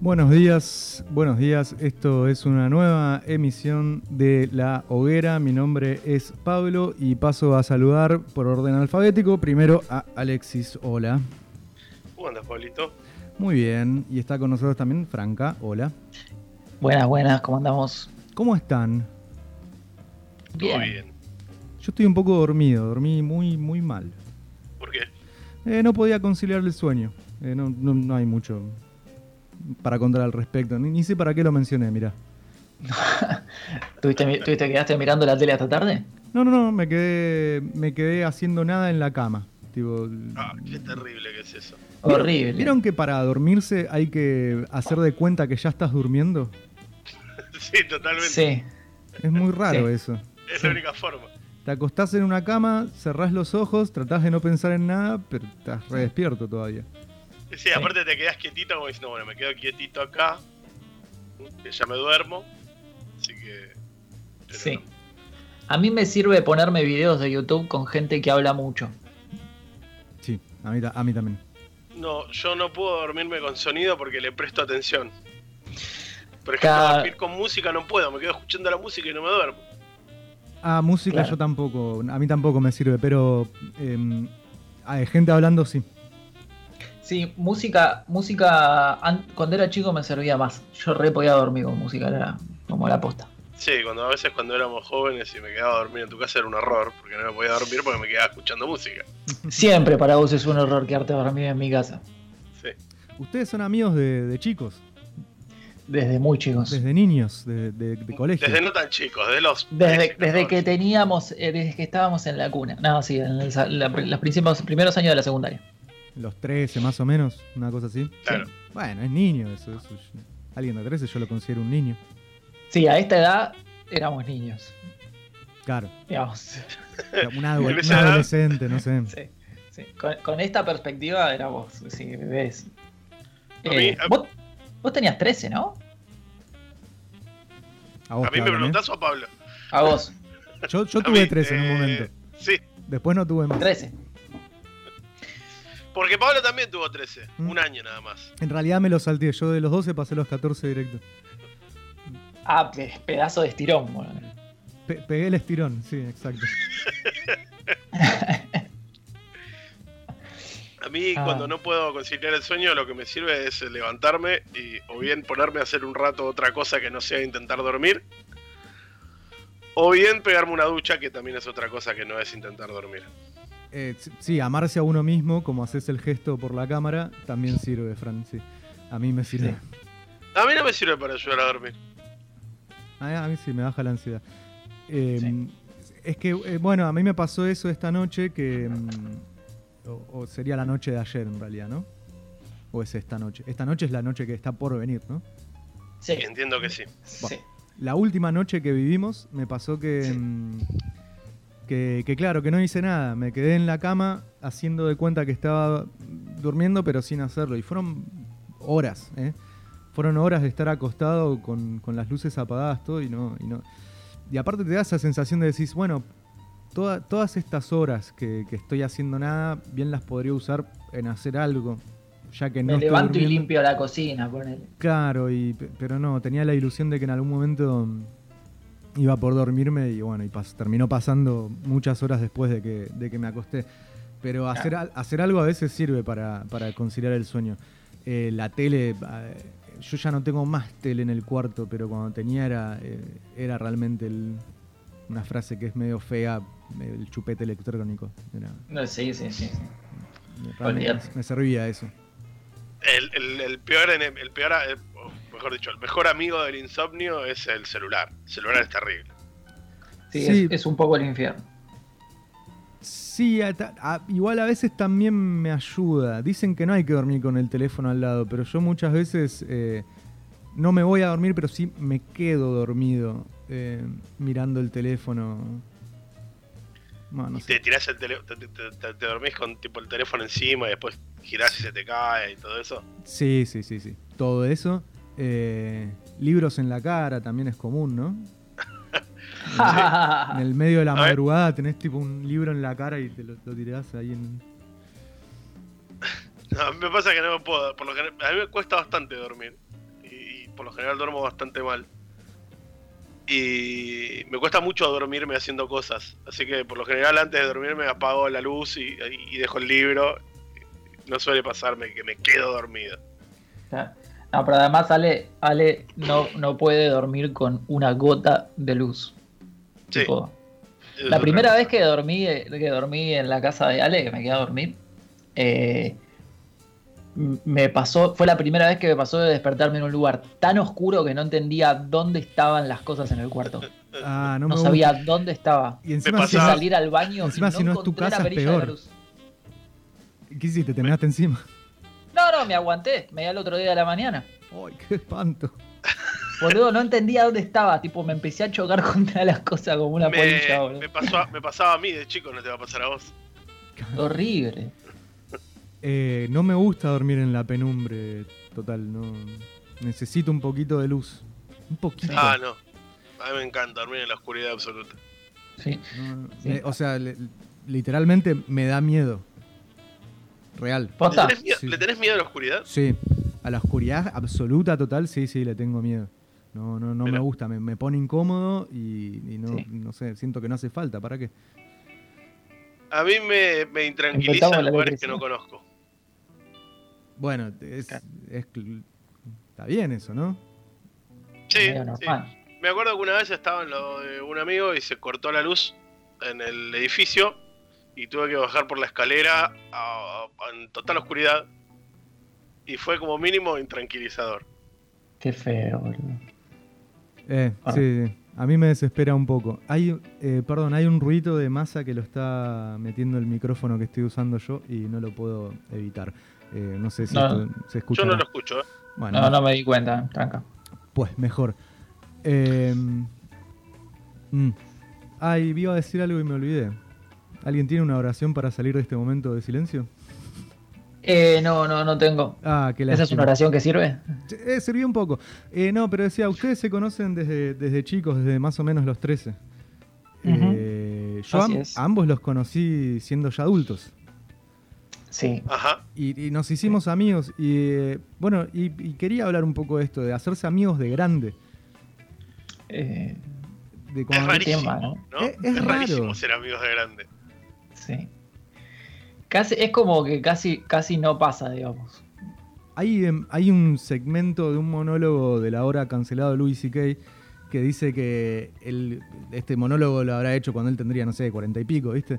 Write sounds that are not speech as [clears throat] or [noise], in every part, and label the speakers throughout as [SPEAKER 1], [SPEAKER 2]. [SPEAKER 1] Buenos días, buenos días. Esto es una nueva emisión de La Hoguera. Mi nombre es Pablo y paso a saludar por orden alfabético. Primero a Alexis, hola.
[SPEAKER 2] ¿Cómo andas, Pablito?
[SPEAKER 1] Muy bien. Y está con nosotros también Franca, hola.
[SPEAKER 3] Buenas, buenas, ¿cómo andamos?
[SPEAKER 1] ¿Cómo están?
[SPEAKER 2] Todo bien.
[SPEAKER 1] Yo estoy un poco dormido, dormí muy, muy mal.
[SPEAKER 2] ¿Por qué?
[SPEAKER 1] Eh, no podía conciliar el sueño. Eh, no, no- no hay mucho para contar al respecto. Ni, ni sé para qué lo mencioné, mirá.
[SPEAKER 3] ¿Tuviste, mi- tuviste- quedaste mirando la tele hasta tarde?
[SPEAKER 1] No, no, no, me quedé, me quedé haciendo nada en la cama. Tipo,
[SPEAKER 2] Ah, qué terrible que es eso.
[SPEAKER 3] Horrible.
[SPEAKER 1] ¿Vieron que para dormirse hay que hacer de cuenta que ya estás durmiendo?
[SPEAKER 2] [laughs] sí, totalmente.
[SPEAKER 3] Sí.
[SPEAKER 1] Es muy raro
[SPEAKER 3] Sí.
[SPEAKER 1] eso.
[SPEAKER 2] es
[SPEAKER 3] sí.
[SPEAKER 2] la única forma.
[SPEAKER 1] Te acostás en una cama, cerrás los ojos, tratás de no pensar en nada, pero estás re despierto todavía.
[SPEAKER 2] Sí, aparte te quedas quietito como diciendo, bueno, me quedo quietito acá, que ya me duermo. Así que... pero
[SPEAKER 3] Sí. A mí me sirve ponerme videos de YouTube con gente que habla mucho.
[SPEAKER 1] Sí, a mí, ta- a mí también.
[SPEAKER 2] No, yo no puedo dormirme con sonido porque le presto atención. Por ejemplo,
[SPEAKER 3] Cada-
[SPEAKER 2] dormir con música no puedo, me quedo escuchando la música y no me duermo.
[SPEAKER 1] Ah, música
[SPEAKER 3] Claro.
[SPEAKER 1] yo tampoco, a mí tampoco me sirve, pero em, hay gente hablando sí.
[SPEAKER 3] Sí, música, música an- cuando era chico me servía más. Yo re podía dormir con música, era como
[SPEAKER 2] [laughs]
[SPEAKER 3] la posta.
[SPEAKER 2] Sí, cuando a veces cuando éramos jóvenes y me quedaba a dormir en tu casa era un horror, porque no me podía dormir porque me quedaba escuchando música.
[SPEAKER 3] Siempre para vos es un horror quedarte dormido en mi casa.
[SPEAKER 2] Sí.
[SPEAKER 1] Ustedes son amigos de, de chicos,
[SPEAKER 3] Desde muy chicos. Desde,
[SPEAKER 1] desde niños, de, de- de colegio.
[SPEAKER 2] Desde no tan chicos, desde los...
[SPEAKER 3] desde,
[SPEAKER 2] [laughs] 13,
[SPEAKER 3] que
[SPEAKER 2] 14.
[SPEAKER 3] teníamos, eh, desde que estábamos en la cuna. No, sí, en el sa- la- los principales- primeros años de la secundaria.
[SPEAKER 1] Los 13 más o menos, una cosa así.
[SPEAKER 2] Claro.
[SPEAKER 1] Bueno, es niño eso. eso yo- alguien de 13 yo lo considero un niño.
[SPEAKER 3] Sí, a esta edad éramos niños.
[SPEAKER 1] Claro,
[SPEAKER 3] Digamos.
[SPEAKER 1] un,
[SPEAKER 2] [laughs]
[SPEAKER 1] ado-
[SPEAKER 2] En
[SPEAKER 1] un
[SPEAKER 2] esa edad-
[SPEAKER 1] adolescente, no sé.
[SPEAKER 3] Sí, sí. Con, con esta perspectiva éramos, sí, ves. Eh,
[SPEAKER 2] A mí- a-
[SPEAKER 3] vos, vos tenías 13, ¿no?
[SPEAKER 1] A vos
[SPEAKER 2] A mí
[SPEAKER 1] te
[SPEAKER 2] me
[SPEAKER 1] hablan, ¿eh?
[SPEAKER 2] preguntás o a Pablo.
[SPEAKER 3] A vos,
[SPEAKER 1] Yo, yo
[SPEAKER 2] A
[SPEAKER 1] tuve
[SPEAKER 2] mí,
[SPEAKER 1] 13 en un
[SPEAKER 2] eh,
[SPEAKER 1] momento.
[SPEAKER 2] Sí,
[SPEAKER 1] Después no tuve más.
[SPEAKER 3] 13.
[SPEAKER 2] porque Pablo también tuvo 13,
[SPEAKER 1] Mm.
[SPEAKER 2] un año nada más.
[SPEAKER 1] En realidad me los salté. Yo de los 12 pasé a los 14 directo.
[SPEAKER 3] Ah, pe- pedazo de estirón, boludo.
[SPEAKER 1] Pe- pegué el estirón, sí, exacto.
[SPEAKER 2] A mí
[SPEAKER 3] Ah.
[SPEAKER 2] cuando no puedo conciliar el sueño lo que me sirve es levantarme y o bien ponerme a hacer un rato otra cosa que no sea intentar dormir. O bien pegarme una ducha que también es otra cosa que no es intentar dormir.
[SPEAKER 1] Eh, sí, sí, amarse a uno mismo, como haces el gesto por la cámara, también sirve, Fran. Sí. A mí me sirve.
[SPEAKER 3] Sí.
[SPEAKER 2] A mí no me sirve para ayudar a dormir.
[SPEAKER 1] A, a mí sí me baja la ansiedad. Eh,
[SPEAKER 3] Sí.
[SPEAKER 1] Es que, eh, bueno, a mí me pasó eso esta noche que. mm, o, o sería la noche de ayer en realidad, ¿no? O es esta noche. Esta noche es la noche que está por venir, ¿no?
[SPEAKER 3] Sí,
[SPEAKER 2] Entiendo que sí.
[SPEAKER 3] sí.
[SPEAKER 1] La última noche que vivimos me pasó que.
[SPEAKER 3] Sí.
[SPEAKER 1] mm, que, que claro, que no hice nada. Me quedé en la cama haciendo de cuenta que estaba durmiendo, pero sin hacerlo. Y fueron horas, ¿eh? Fueron horas de estar acostado con, con las luces apagadas, todo, y no, y no. Y aparte te da esa sensación de decir, bueno, toda- todas estas horas que, que estoy haciendo nada, bien las podría usar en hacer algo. Ya que no
[SPEAKER 3] Me
[SPEAKER 1] estoy
[SPEAKER 3] levanto y
[SPEAKER 1] durmiendo".
[SPEAKER 3] limpio la cocina, ponele.
[SPEAKER 1] Claro, y, pe- pero no, tenía la ilusión de que en algún momento mm, iba por dormirme y bueno, y pas- terminó pasando muchas horas después de que, de que me acosté. Pero hacer, al- hacer algo a veces sirve para, para conciliar el sueño. Eh, la tele, eh, yo ya no tengo más tele en el cuarto, pero cuando tenía era, eh, era realmente el- una frase que es medio fea, el chupete electrónico. Era-
[SPEAKER 3] No, sí, sí, sí. sí.
[SPEAKER 1] realmente
[SPEAKER 3] Olvídate.
[SPEAKER 1] me servía eso.
[SPEAKER 2] El, el- el peor, enem- el peor a- el- o mejor dicho, el mejor amigo del insomnio es el celular. El celular es terrible.
[SPEAKER 3] Sí,
[SPEAKER 1] Sí.
[SPEAKER 3] Es, es un poco el infierno.
[SPEAKER 1] Sí, a ta- a- igual a veces también me ayuda. Dicen que no hay que dormir con el teléfono al lado, pero yo muchas veces eh, no me voy a dormir, pero sí me quedo dormido eh, mirando el teléfono. Bueno, no
[SPEAKER 2] Y
[SPEAKER 1] sé.
[SPEAKER 2] te tirás el teléfono, te, te- te- te dormís con tipo el teléfono encima y después girás y se te cae y todo eso. [laughs]
[SPEAKER 1] Sí, sí, sí, sí. Todo eso. Eh, libros en la cara también es común, ¿no? En el medio de la
[SPEAKER 2] Ah, A ver.
[SPEAKER 1] madrugada tenés tipo un libro en la cara y te lo, lo tirás ahí en...
[SPEAKER 2] No, me pasa que no me puedo, por lo general, a mí me cuesta bastante dormir. por lo general duermo bastante mal. Y me cuesta mucho dormirme haciendo cosas. Así que por lo general antes de dormirme apago la luz y, y dejo el libro. No suele pasarme que me quedo dormido.
[SPEAKER 3] [laughs] No, pero además Ale, Ale no, no puede dormir con una gota de luz.
[SPEAKER 2] Sí.
[SPEAKER 3] Tipo,
[SPEAKER 2] Eso
[SPEAKER 3] la
[SPEAKER 2] es
[SPEAKER 3] primera
[SPEAKER 2] otra
[SPEAKER 3] vez que dormí, eh, que dormí en la casa de Ale, que me quedé a dormir, eh, m- me pasó, fue la primera vez que me pasó de despertarme en un lugar tan oscuro que no entendía dónde estaban las cosas en el cuarto.
[SPEAKER 1] Ah, no,
[SPEAKER 3] No
[SPEAKER 1] me
[SPEAKER 3] sabía
[SPEAKER 1] gusta.
[SPEAKER 3] dónde estaba.
[SPEAKER 1] Y
[SPEAKER 2] Eh, Me
[SPEAKER 1] encima, si
[SPEAKER 3] Quise
[SPEAKER 2] pasaba-
[SPEAKER 1] no-
[SPEAKER 3] salir al baño.
[SPEAKER 1] Encima,
[SPEAKER 3] y
[SPEAKER 1] si no es tu
[SPEAKER 3] encontré la
[SPEAKER 1] casa, es
[SPEAKER 3] perilla de la
[SPEAKER 1] peor.
[SPEAKER 3] luz.
[SPEAKER 1] ¿qué hiciste? ¿Te measte encima? [laughs]
[SPEAKER 3] No, no, me aguanté. Me di al otro día de la mañana.
[SPEAKER 1] Ay, qué espanto.
[SPEAKER 3] Boludo, no entendía dónde estaba. Tipo, me empecé a chocar [laughs] contra las cosas como una polilla,
[SPEAKER 2] me,
[SPEAKER 3] boludo.
[SPEAKER 2] me pasó a- me pasaba a mí de chico, no te va a pasar a vos.
[SPEAKER 3] Horrible.
[SPEAKER 1] Eh, no me gusta dormir en la penumbre total, no. Necesito un poquito de luz. Un poquito.
[SPEAKER 2] Ah, no. A mí me encanta dormir en la oscuridad absoluta.
[SPEAKER 3] Sí.
[SPEAKER 1] No, no,
[SPEAKER 3] Sí.
[SPEAKER 1] me- o sea, le- literalmente me da miedo. Real.
[SPEAKER 2] ¿Le
[SPEAKER 3] Posta.
[SPEAKER 2] tenés, miedo,
[SPEAKER 1] Sí.
[SPEAKER 2] le tenés miedo a la oscuridad?
[SPEAKER 1] Sí, a la oscuridad absoluta, total, sí, sí, le tengo miedo. No, no, no me
[SPEAKER 2] Mira.
[SPEAKER 1] gusta, me, me pone incómodo y, y no,
[SPEAKER 3] Sí.
[SPEAKER 1] no sé, siento que no hace falta, ¿para qué?
[SPEAKER 2] A mí me, me
[SPEAKER 3] Inventamos
[SPEAKER 2] intranquiliza
[SPEAKER 3] la
[SPEAKER 2] lugares que
[SPEAKER 3] electricidad.
[SPEAKER 2] no conozco.
[SPEAKER 1] Bueno, es, es cl- está bien eso, ¿no?
[SPEAKER 2] Sí,
[SPEAKER 3] medio
[SPEAKER 2] sí.
[SPEAKER 3] normal.
[SPEAKER 2] Me acuerdo que una vez estaba en lo de un amigo y se cortó la luz en el edificio y tuve que bajar por la escalera a- a- en total oscuridad y fue como mínimo intranquilizador.
[SPEAKER 3] Qué feo, boludo.
[SPEAKER 1] Eh,
[SPEAKER 3] Ah.
[SPEAKER 1] sí, sí. a mí me desespera un poco. Hay, eh, perdón, hay un ruido de masa que lo está metiendo el micrófono que estoy usando yo y no lo puedo evitar. Eh, no sé si
[SPEAKER 3] No.
[SPEAKER 1] esto se escucha.
[SPEAKER 2] Ah. Yo no lo escucho, ¿eh?
[SPEAKER 1] Bueno,
[SPEAKER 3] No, no me di cuenta, tranca.
[SPEAKER 1] Pues mejor. Eh, mm. Ay, iba a decir algo y me olvidé. ¿Alguien tiene una oración para salir de este momento de silencio?
[SPEAKER 3] Eh, no, no, no tengo.
[SPEAKER 1] Ah, que la.
[SPEAKER 3] ¿Esa es una oración que sirve?
[SPEAKER 1] Eh, sirvió un poco. Eh, no, pero decía, ustedes se conocen desde, desde chicos, desde más o menos los 13. Eh, yo
[SPEAKER 3] Así
[SPEAKER 1] am-
[SPEAKER 3] es.
[SPEAKER 1] a ambos los conocí siendo ya adultos.
[SPEAKER 3] Sí.
[SPEAKER 2] Ajá.
[SPEAKER 1] Y, y nos hicimos amigos. Y eh, bueno, y, y quería hablar un poco de esto, de hacerse amigos de grande.
[SPEAKER 3] Eh,
[SPEAKER 1] De cuando-
[SPEAKER 2] Es rarísimo.
[SPEAKER 3] tema, ¿no?
[SPEAKER 2] ¿No?
[SPEAKER 1] Eh, es raro.
[SPEAKER 2] rarísimo ser amigos de grande.
[SPEAKER 3] Sí. Casi, es como que casi, casi no pasa, digamos.
[SPEAKER 1] Hay, em, hay un segmento de un monólogo de la hora cancelado Louis C.K. que dice que el- este monólogo lo habrá hecho cuando él tendría, no sé, cuarenta y pico, ¿viste?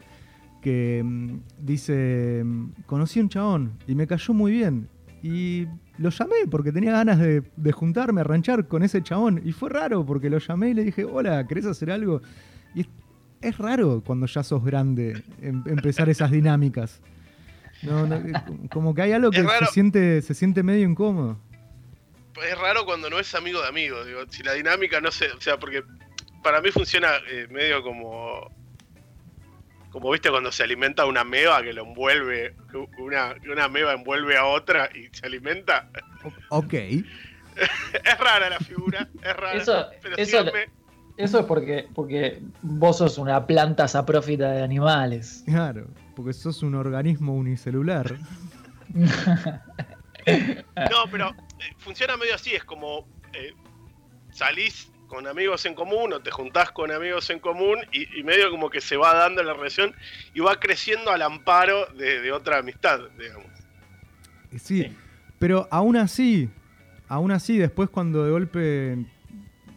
[SPEAKER 1] Que mm, dice, mm, conocí a un chabón y me cayó muy bien. Y lo llamé porque tenía ganas de, de juntarme a ranchar con ese chabón. Y fue raro porque lo llamé y le dije, hola, ¿querés hacer algo? Y es, es raro cuando ya sos grande em- empezar esas dinámicas. No, no, eh, como que hay algo que
[SPEAKER 2] Es
[SPEAKER 1] se
[SPEAKER 2] raro.
[SPEAKER 1] siente, se siente medio incómodo.
[SPEAKER 2] Es raro cuando no es amigo de amigo. Digo, si la dinámica no se. O sea, porque para mí funciona eh, medio como. Como viste cuando se alimenta una meba que lo envuelve. que Una, que una meba envuelve a otra y se alimenta. [laughs]
[SPEAKER 1] O- ok.
[SPEAKER 2] Es rara la figura, es rara.
[SPEAKER 3] Eso-
[SPEAKER 2] pero
[SPEAKER 3] eso-
[SPEAKER 2] síganme.
[SPEAKER 3] Eso es porque, porque vos sos una planta saprófita de animales.
[SPEAKER 1] Claro, porque sos un organismo
[SPEAKER 2] [laughs]
[SPEAKER 1] unicelular.
[SPEAKER 2] No, pero eh, funciona medio así, es como eh, salís con amigos en común o te juntás con amigos en común y, y medio como que se va dando la relación y va creciendo al amparo de, de otra amistad, digamos.
[SPEAKER 1] Y Sí,
[SPEAKER 3] Sí.
[SPEAKER 1] pero aún así, aún así, después cuando de golpe,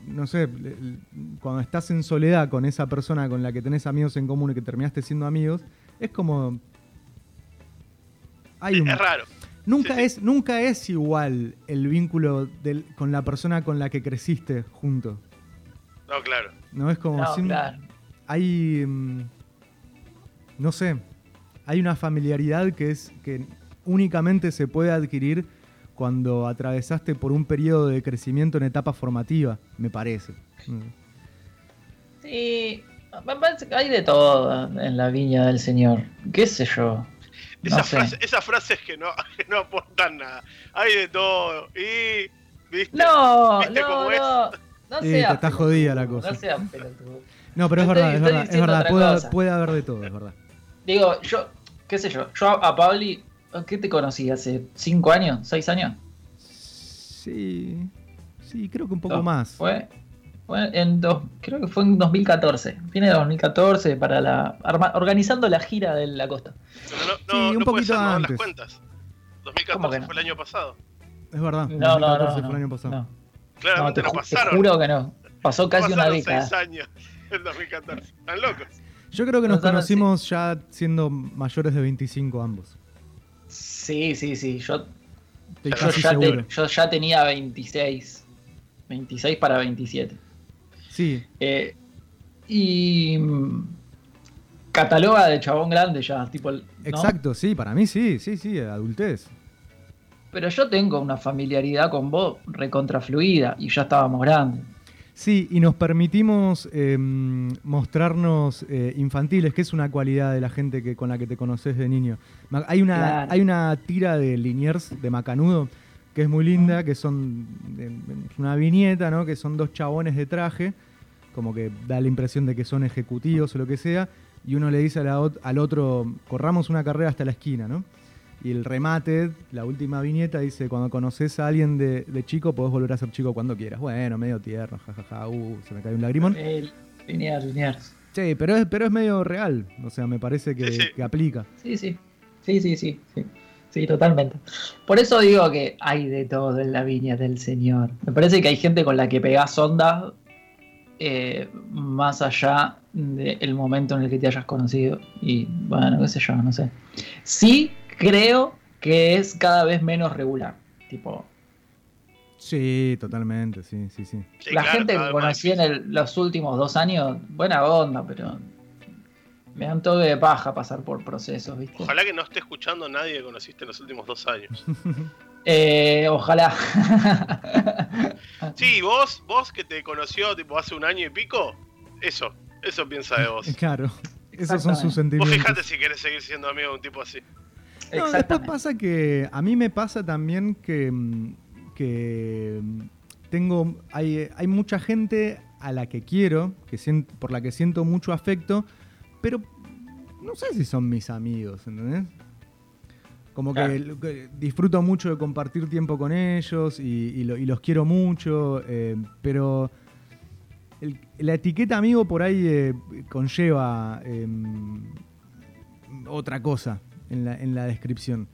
[SPEAKER 1] no sé, le- le- cuando estás en soledad con esa persona con la que tenés amigos en común y que terminaste siendo amigos, es como... Hay un,
[SPEAKER 2] Es raro.
[SPEAKER 1] Nunca,
[SPEAKER 2] Sí, sí.
[SPEAKER 1] Es, nunca es igual el vínculo del- con la persona con la que creciste junto.
[SPEAKER 2] No, claro.
[SPEAKER 1] No es como
[SPEAKER 3] No,
[SPEAKER 1] si un-
[SPEAKER 3] claro.
[SPEAKER 1] hay mm, no sé, hay una familiaridad que es que únicamente se puede adquirir cuando atravesaste por un periodo de crecimiento en etapa formativa, me parece. Mm.
[SPEAKER 3] Sí, me parece que hay de todo en la viña del Señor. ¿Qué sé yo? No
[SPEAKER 2] Esas
[SPEAKER 3] sé.
[SPEAKER 2] frases, esas frases que no, [laughs] que no aportan nada. Hay de todo. Y. ¿Viste?
[SPEAKER 3] No,
[SPEAKER 2] ¿Viste
[SPEAKER 3] no,
[SPEAKER 2] cómo es?
[SPEAKER 3] no. No
[SPEAKER 1] Sí,
[SPEAKER 3] seas
[SPEAKER 1] te está jodida la
[SPEAKER 3] pelotudo,
[SPEAKER 1] cosa.
[SPEAKER 3] No seas pelotudo.
[SPEAKER 1] No, pero es
[SPEAKER 3] Estoy-
[SPEAKER 1] verdad, es
[SPEAKER 3] estoy
[SPEAKER 1] verdad, es
[SPEAKER 3] diciendo
[SPEAKER 1] verdad,
[SPEAKER 3] otra
[SPEAKER 1] puede,
[SPEAKER 3] cosa.
[SPEAKER 1] puede haber de todo, es verdad.
[SPEAKER 3] Digo, yo, qué sé yo, yo a Pauli, ¿qué te conocí? ¿Hace cinco años? ¿Seis años?
[SPEAKER 1] Sí, Sí, creo que un poco más.
[SPEAKER 3] Fue, fue en dos- creo que fue en 2014, fines de 2014, para la, arma- organizando la gira de la costa.
[SPEAKER 2] Pero no, no,
[SPEAKER 1] Sí, un
[SPEAKER 2] no puede
[SPEAKER 1] poquito
[SPEAKER 2] ser, no dan las
[SPEAKER 1] antes.
[SPEAKER 2] cuentas.
[SPEAKER 3] ¿Cómo que
[SPEAKER 2] 2014
[SPEAKER 3] no?
[SPEAKER 2] fue el año pasado.
[SPEAKER 1] Es verdad.
[SPEAKER 3] No, no,
[SPEAKER 1] 2014
[SPEAKER 3] no.
[SPEAKER 1] fue el año
[SPEAKER 3] no,
[SPEAKER 1] pasado.
[SPEAKER 3] no. No,
[SPEAKER 2] Claramente
[SPEAKER 3] te,
[SPEAKER 2] no,
[SPEAKER 3] ju- te
[SPEAKER 2] Ah, pasaron.
[SPEAKER 3] juro que no. Pasó casi una
[SPEAKER 2] pasaron
[SPEAKER 3] década.
[SPEAKER 2] seis años [laughs] en 2014. Están locos.
[SPEAKER 1] Yo creo que nos
[SPEAKER 3] Nosotros sí.
[SPEAKER 1] conocimos ya siendo mayores de 25 ambos.
[SPEAKER 3] Sí, sí, sí. Yo,
[SPEAKER 1] Estoy
[SPEAKER 3] yo,
[SPEAKER 1] casi
[SPEAKER 3] ya, te-
[SPEAKER 1] seguro.
[SPEAKER 3] yo ya tenía 26. 26 para 27.
[SPEAKER 1] Sí,
[SPEAKER 3] Eh, y. mm, Cataloga de chabón grande ya, tipo. ¿no?
[SPEAKER 1] exacto, sí, para mí sí, sí, sí, adultez.
[SPEAKER 3] Pero yo tengo una familiaridad con vos recontrafluida y ya estábamos grandes.
[SPEAKER 1] Sí, y nos permitimos eh, mostrarnos eh, infantiles, que es una cualidad de la gente que, con la que te conoces de niño. Ma- Hay una,
[SPEAKER 3] Claro.
[SPEAKER 1] hay una tira de Liniers, de Macanudo, que es muy linda, que son eh, una viñeta, ¿no? Que son dos chabones de traje, como que da la impresión de que son ejecutivos o lo que sea, y uno le dice a la ot- al otro, corramos una carrera hasta la esquina, ¿no? Y el remate, la última viñeta, dice, cuando conoces a alguien de, de chico, podés volver a ser chico cuando quieras. Bueno, medio tierno, jajaja, uh, se me cae un lagrimón.
[SPEAKER 3] Eh, linear, linear.
[SPEAKER 1] Sí, pero es, pero es medio real, o sea, me parece que,
[SPEAKER 2] Sí, sí.
[SPEAKER 1] que aplica.
[SPEAKER 3] Sí, sí. Sí, sí, sí, sí. Sí, totalmente. Por eso digo que hay de todo en la viña del Señor. Me parece que hay gente con la que pegás onda eh, más allá del momento en el que te hayas conocido. Y bueno, qué sé yo, no sé. Sí, creo que es cada vez menos regular. Tipo,
[SPEAKER 1] Sí, totalmente, sí, sí, sí.
[SPEAKER 2] Sí,
[SPEAKER 3] la
[SPEAKER 2] claro,
[SPEAKER 3] gente
[SPEAKER 2] cada
[SPEAKER 3] que
[SPEAKER 2] vez más
[SPEAKER 3] conocí en el- los últimos dos años, buena onda, pero me dan toque de paja pasar por procesos, ¿viste?
[SPEAKER 2] Ojalá que no esté escuchando a nadie que conociste en los últimos dos años.
[SPEAKER 3] Eh, ojalá. Ah.
[SPEAKER 2] Sí, vos, vos que te conoció tipo hace un año y pico, eso, eso piensa de vos.
[SPEAKER 1] [laughs] Claro, esos son sus
[SPEAKER 3] Exactamente.
[SPEAKER 2] Vos
[SPEAKER 1] sentimientos.
[SPEAKER 2] fijate si querés seguir siendo amigo de un tipo así.
[SPEAKER 1] No, después pasa que a mí me pasa también que, mm, que mm, tengo hay, hay mucha gente a la que quiero, que sien- por la que siento mucho afecto, pero no sé si son mis amigos, ¿entendés? Como que,
[SPEAKER 3] Claro.
[SPEAKER 1] lo que disfruto mucho de compartir tiempo con ellos y, y lo- y los quiero mucho, eh, pero el- la etiqueta amigo por ahí eh, conlleva em, otra cosa en la, en la descripción.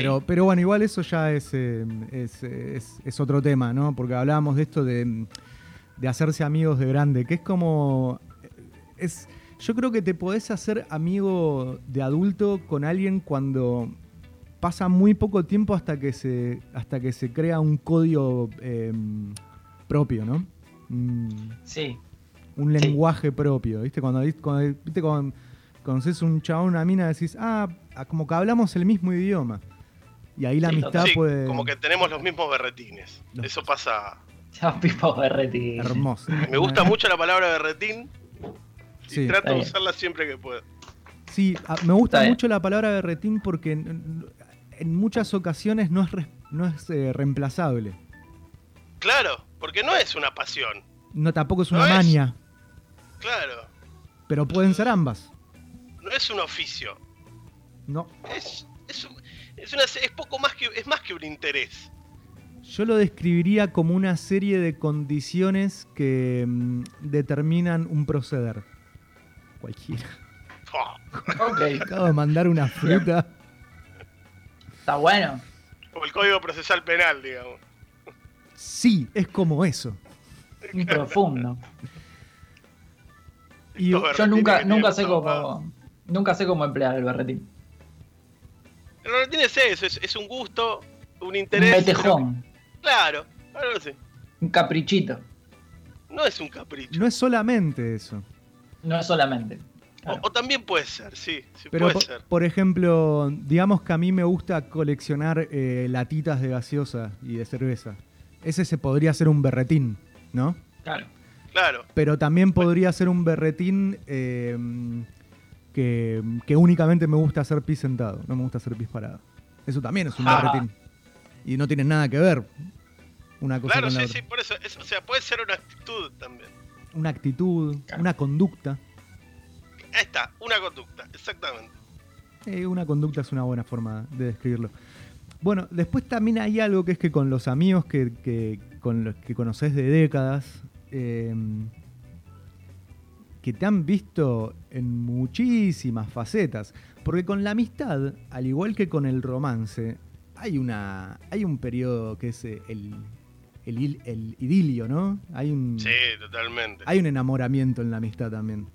[SPEAKER 1] [laughs] Pero, pero bueno, igual eso ya es, eh, es, es- es otro tema, ¿no? Porque hablábamos de esto de, de hacerse amigos de grande, que es como... Es, yo creo que te podés hacer amigo de adulto con alguien cuando pasa muy poco tiempo hasta que se, hasta que se crea un código eh, propio, ¿no? Mm,
[SPEAKER 3] Sí,
[SPEAKER 1] un
[SPEAKER 3] Sí.
[SPEAKER 1] lenguaje propio, ¿viste? Cuando, cuando, ¿viste? cuando conoces un chabón, una mina, decís, ah, ah, como que hablamos el mismo idioma. Y ahí la
[SPEAKER 3] Sí,
[SPEAKER 1] amistad
[SPEAKER 2] Sí,
[SPEAKER 1] puede...
[SPEAKER 2] como que tenemos los mismos berretines.
[SPEAKER 1] No.
[SPEAKER 2] Eso pasa.
[SPEAKER 3] ya Pipo Berretti.
[SPEAKER 1] Hermoso.
[SPEAKER 2] Me gusta mucho la palabra berretín y
[SPEAKER 1] Sí.
[SPEAKER 2] trato
[SPEAKER 3] Está
[SPEAKER 2] de
[SPEAKER 3] bien.
[SPEAKER 2] usarla siempre que pueda.
[SPEAKER 1] Sí, a- me gusta
[SPEAKER 3] Está bien.
[SPEAKER 1] mucho la palabra berretín porque en, en muchas ocasiones no es, res- no es eh, reemplazable.
[SPEAKER 2] Claro, porque no es una pasión.
[SPEAKER 1] No, tampoco es
[SPEAKER 2] No
[SPEAKER 1] una
[SPEAKER 2] es.
[SPEAKER 1] maña,
[SPEAKER 2] Claro,
[SPEAKER 1] pero pueden ser ambas.
[SPEAKER 2] no es un oficio.
[SPEAKER 1] No,
[SPEAKER 2] Es, es, un- es una, es poco más que es más que un interés.
[SPEAKER 1] Yo lo describiría como una serie de condiciones que mm, determinan un proceder. Cualquiera.
[SPEAKER 2] Oh,
[SPEAKER 3] Ok,
[SPEAKER 1] Acabo de mandar una fruta.
[SPEAKER 3] está bueno.
[SPEAKER 2] como el código procesal penal, digamos.
[SPEAKER 1] Sí, es como eso.
[SPEAKER 2] [laughs]
[SPEAKER 3] Muy profundo.
[SPEAKER 1] Y
[SPEAKER 2] Estos
[SPEAKER 3] Yo
[SPEAKER 2] berretines
[SPEAKER 3] nunca,
[SPEAKER 2] que
[SPEAKER 3] nunca
[SPEAKER 2] tienen
[SPEAKER 3] sé
[SPEAKER 2] todo pago.
[SPEAKER 3] cómo. Nunca sé cómo emplear el berretín.
[SPEAKER 2] El berretín es eso, es, es un gusto, un
[SPEAKER 3] Un
[SPEAKER 2] interés.
[SPEAKER 3] metejón,
[SPEAKER 2] Claro, claro que sí.
[SPEAKER 3] un caprichito.
[SPEAKER 2] No es un capricho.
[SPEAKER 1] no es solamente eso.
[SPEAKER 3] No es solamente.
[SPEAKER 2] O,
[SPEAKER 3] Claro.
[SPEAKER 2] o también puede ser, sí, sí
[SPEAKER 1] Pero,
[SPEAKER 2] puede
[SPEAKER 1] po-
[SPEAKER 2] ser.
[SPEAKER 1] por ejemplo, digamos que a mí me gusta coleccionar eh, latitas de gaseosa y de cerveza. Ese se podría ser un berretín, ¿no?
[SPEAKER 3] claro.
[SPEAKER 2] Claro,
[SPEAKER 1] Pero también podría ser un berretín eh, que, que únicamente me gusta hacer pis sentado, no me gusta hacer pis parado. Eso también es un
[SPEAKER 3] Ah.
[SPEAKER 1] berretín. Y no tiene nada que ver una cosa
[SPEAKER 2] claro,
[SPEAKER 1] con la
[SPEAKER 2] sí,
[SPEAKER 1] otra.
[SPEAKER 2] sí, por eso. es- o sea, puede ser una actitud también.
[SPEAKER 1] Una actitud, una conducta.
[SPEAKER 2] Ahí está, una conducta, exactamente.
[SPEAKER 1] Eh, una conducta es una buena forma de describirlo. Bueno, después también hay algo que es que con los amigos que, que- con los que conoces de décadas, eh, que te han visto en muchísimas facetas. Porque con la amistad, al igual que con el romance, hay una. hay un periodo que es eh, el, el, il- el idilio, ¿no? Hay un.
[SPEAKER 2] Sí, totalmente.
[SPEAKER 1] Hay un enamoramiento en la amistad también.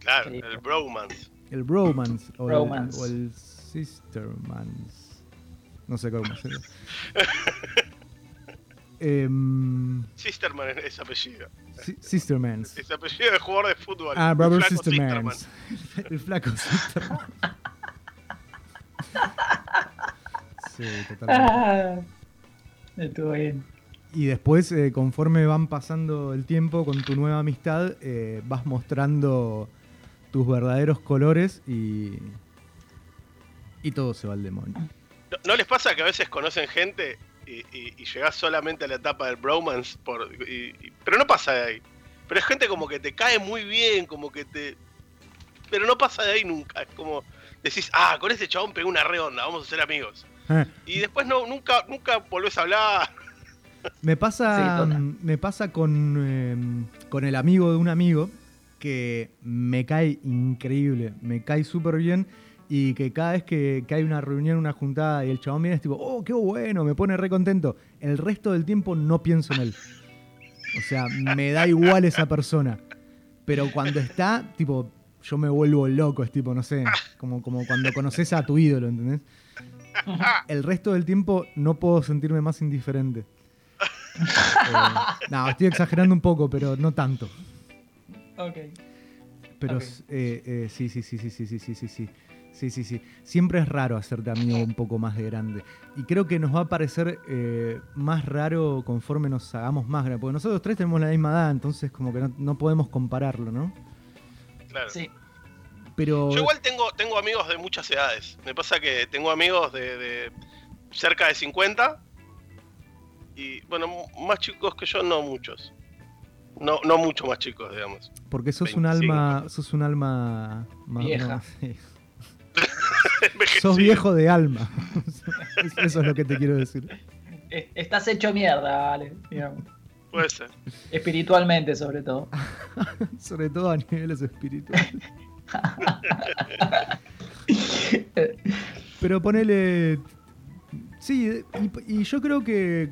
[SPEAKER 2] Claro,
[SPEAKER 3] Sí.
[SPEAKER 2] el bromance.
[SPEAKER 1] El bromance o, el-
[SPEAKER 3] Bromance.
[SPEAKER 1] o El, sistermance. No sé cómo se llama. Em,
[SPEAKER 2] Sisterman es- es apellido.
[SPEAKER 1] si- sistermans.
[SPEAKER 2] Es apellido de jugador de fútbol.
[SPEAKER 1] Ah, brother
[SPEAKER 2] Flaco Sisterman.
[SPEAKER 1] sistermans. El flaco sistermans. Sí, totalmente.
[SPEAKER 3] Ah, estuvo bien.
[SPEAKER 1] Y después, eh, conforme van pasando el tiempo con tu nueva amistad, eh, vas mostrando tus verdaderos colores y. Y todo se va al demonio.
[SPEAKER 2] ¿No, no les pasa que a veces conocen gente y, y- y llegás solamente a la etapa del bromance? Por, y- y- pero no pasa de ahí. Pero es gente como que te cae muy bien, como que te... Pero no pasa de ahí nunca. Es como decís, ah, con ese chabón pegué una redonda, vamos a ser amigos.
[SPEAKER 1] Eh.
[SPEAKER 2] Y después no, nunca, nunca volvés a hablar. [laughs]
[SPEAKER 1] Me pasa,
[SPEAKER 3] Sí, total.
[SPEAKER 1] mm, me pasa con, eh, con el amigo de un amigo que me cae increíble, me cae súper bien y que cada vez que, que hay una reunión, una juntada y el chabón viene es tipo, oh, qué bueno, me pone re contento. El resto del tiempo no pienso en él. O sea, me da igual esa persona. Pero cuando está, tipo, yo me vuelvo loco, es tipo, no sé, como, como cuando conoces a tu ídolo, ¿entendés? El resto del tiempo no puedo sentirme más indiferente. Eh, no, estoy exagerando un poco, pero no tanto.
[SPEAKER 3] Ok.
[SPEAKER 1] Pero
[SPEAKER 3] Ok.
[SPEAKER 1] eh, eh, sí, sí, sí, sí, sí, sí, sí, sí, sí. Sí, sí, sí. Siempre es raro hacerte amigo un poco más de grande. Y creo que nos va a parecer eh, más raro conforme nos hagamos más grandes. Porque nosotros tres tenemos la misma edad, entonces como que no, no podemos compararlo, ¿no?
[SPEAKER 2] Claro.
[SPEAKER 3] Sí.
[SPEAKER 1] Pero...
[SPEAKER 2] Yo igual tengo, tengo amigos de muchas edades. Me pasa que tengo amigos de, de cerca de 50 y, bueno, m- más chicos que yo, no muchos. No, no mucho más chicos, digamos. [laughs]
[SPEAKER 1] Porque sos un
[SPEAKER 2] 25.
[SPEAKER 1] alma... Sos un alma... ma- no, [laughs]
[SPEAKER 3] Vieja.
[SPEAKER 1] sí.
[SPEAKER 2] Envejecido.
[SPEAKER 1] Sos viejo de alma. [laughs] Eso es lo que te quiero decir.
[SPEAKER 3] Eh, Estás hecho mierda, Ale. digamos.
[SPEAKER 2] Puede ser.
[SPEAKER 3] Espiritualmente, sobre todo.
[SPEAKER 1] Sobre todo a niveles espirituales.
[SPEAKER 3] [laughs]
[SPEAKER 1] Pero ponele. Sí, y, y yo creo que,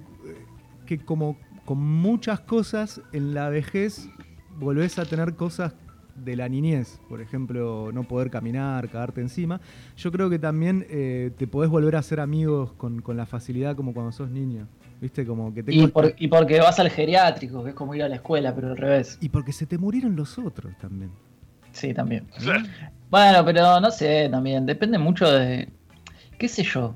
[SPEAKER 1] que como con muchas cosas en la vejez volvés a tener cosas de la niñez, por ejemplo, no poder caminar, cagarte encima. Yo creo que también eh, te podés volver a hacer amigos con, con la facilidad como cuando sos niño. ¿Viste? Como que te
[SPEAKER 3] Y,
[SPEAKER 1] cuesta-
[SPEAKER 3] por- y porque vas al geriátrico, que es como ir a la escuela, pero al revés.
[SPEAKER 1] y porque se te murieron los otros también.
[SPEAKER 3] Sí, también.
[SPEAKER 2] O sea,
[SPEAKER 3] Bueno, pero no sé, también. Depende mucho de. ¿Qué sé yo?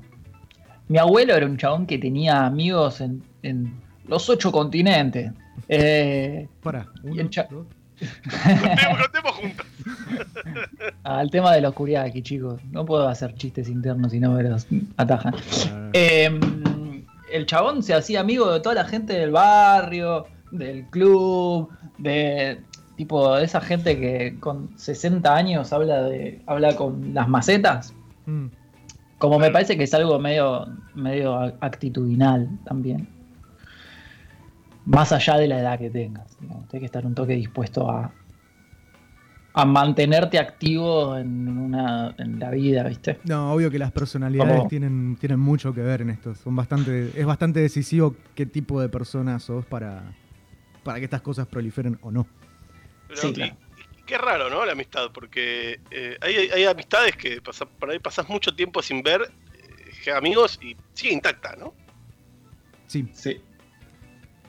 [SPEAKER 3] Mi abuelo era un chabón que tenía amigos en, en los ocho continentes. Eh,
[SPEAKER 1] Pará, uno,
[SPEAKER 3] el cha-
[SPEAKER 1] dos.
[SPEAKER 2] contemos, contemos juntos.
[SPEAKER 3] al tema de la oscuridad aquí, chicos. No puedo hacer chistes internos si no me los atajan.
[SPEAKER 1] Ah.
[SPEAKER 3] Eh, el chabón se hacía amigo de toda la gente del barrio, del club, de tipo de esa gente que con 60 años habla de habla con las macetas.
[SPEAKER 1] Mm.
[SPEAKER 3] Como me parece que es algo medio medio a- actitudinal también. Más allá de la edad que tengas, ¿no? tienes que estar un toque dispuesto a a mantenerte activo en una en la vida, ¿viste?
[SPEAKER 1] No, obvio que las personalidades
[SPEAKER 3] Como-
[SPEAKER 1] tienen, tienen mucho que ver en esto. Son bastante, es bastante decisivo qué tipo de persona sos para, para que estas cosas proliferen o no.
[SPEAKER 2] Pero,
[SPEAKER 3] Sí,
[SPEAKER 2] y-
[SPEAKER 3] claro.
[SPEAKER 2] y qué raro, ¿no? La amistad, porque eh, hay, hay amistades que pasa- por ahí pasás mucho tiempo sin ver eh, amigos y sigue intacta, ¿no?
[SPEAKER 1] Sí,
[SPEAKER 3] Sí,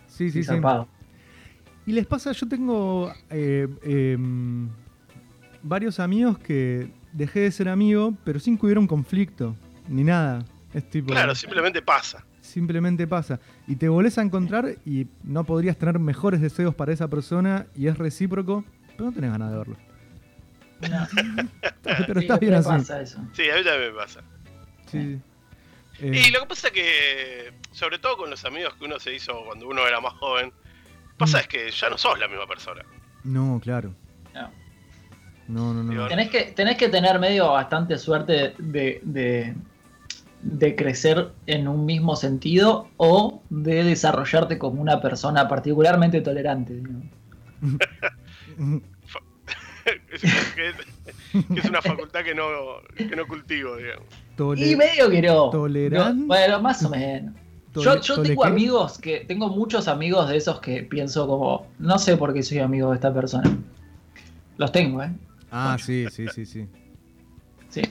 [SPEAKER 1] sí, sí, sí.
[SPEAKER 3] zarpado.
[SPEAKER 1] Y les pasa, yo tengo eh, em, varios amigos que dejé de ser amigo, pero sin que hubiera un conflicto, ni nada. Es tipo,
[SPEAKER 2] Claro, simplemente pasa.
[SPEAKER 1] simplemente pasa. Y te volvés a encontrar y no podrías tener mejores deseos para esa persona y es recíproco, pero no tenés ganas de verlo.
[SPEAKER 3] No.
[SPEAKER 1] [laughs] Pero
[SPEAKER 3] Sí,
[SPEAKER 1] estás bien
[SPEAKER 3] me
[SPEAKER 1] así.
[SPEAKER 3] pasa eso.
[SPEAKER 2] Sí, a mí también me pasa.
[SPEAKER 1] Sí. Eh,
[SPEAKER 2] Y lo que pasa es que, sobre todo con los amigos que uno se hizo cuando uno era más joven,
[SPEAKER 1] Mm.
[SPEAKER 2] pasa es que ya no sos la misma persona. [laughs]
[SPEAKER 1] No, claro.
[SPEAKER 3] No.
[SPEAKER 1] No, no, no.
[SPEAKER 2] Digo,
[SPEAKER 3] Tenés que, tenés que tener medio bastante suerte de, de, de crecer en un mismo sentido o de desarrollarte como una persona particularmente tolerante. digamos.
[SPEAKER 2] Es, que es- que es una facultad que no, que no cultivo, digamos.
[SPEAKER 1] [laughs] Tole-
[SPEAKER 3] Y medio que no.
[SPEAKER 1] tolerante.
[SPEAKER 3] No, Bueno, más o menos.
[SPEAKER 1] tole-
[SPEAKER 3] Yo, yo
[SPEAKER 1] tole-
[SPEAKER 3] tengo
[SPEAKER 1] ¿qué?
[SPEAKER 3] amigos que, tengo muchos amigos de esos que pienso como, no sé por qué soy amigo de esta persona. Los tengo, ¿eh?
[SPEAKER 1] Ah, sí, sí, sí, sí.
[SPEAKER 3] Sí.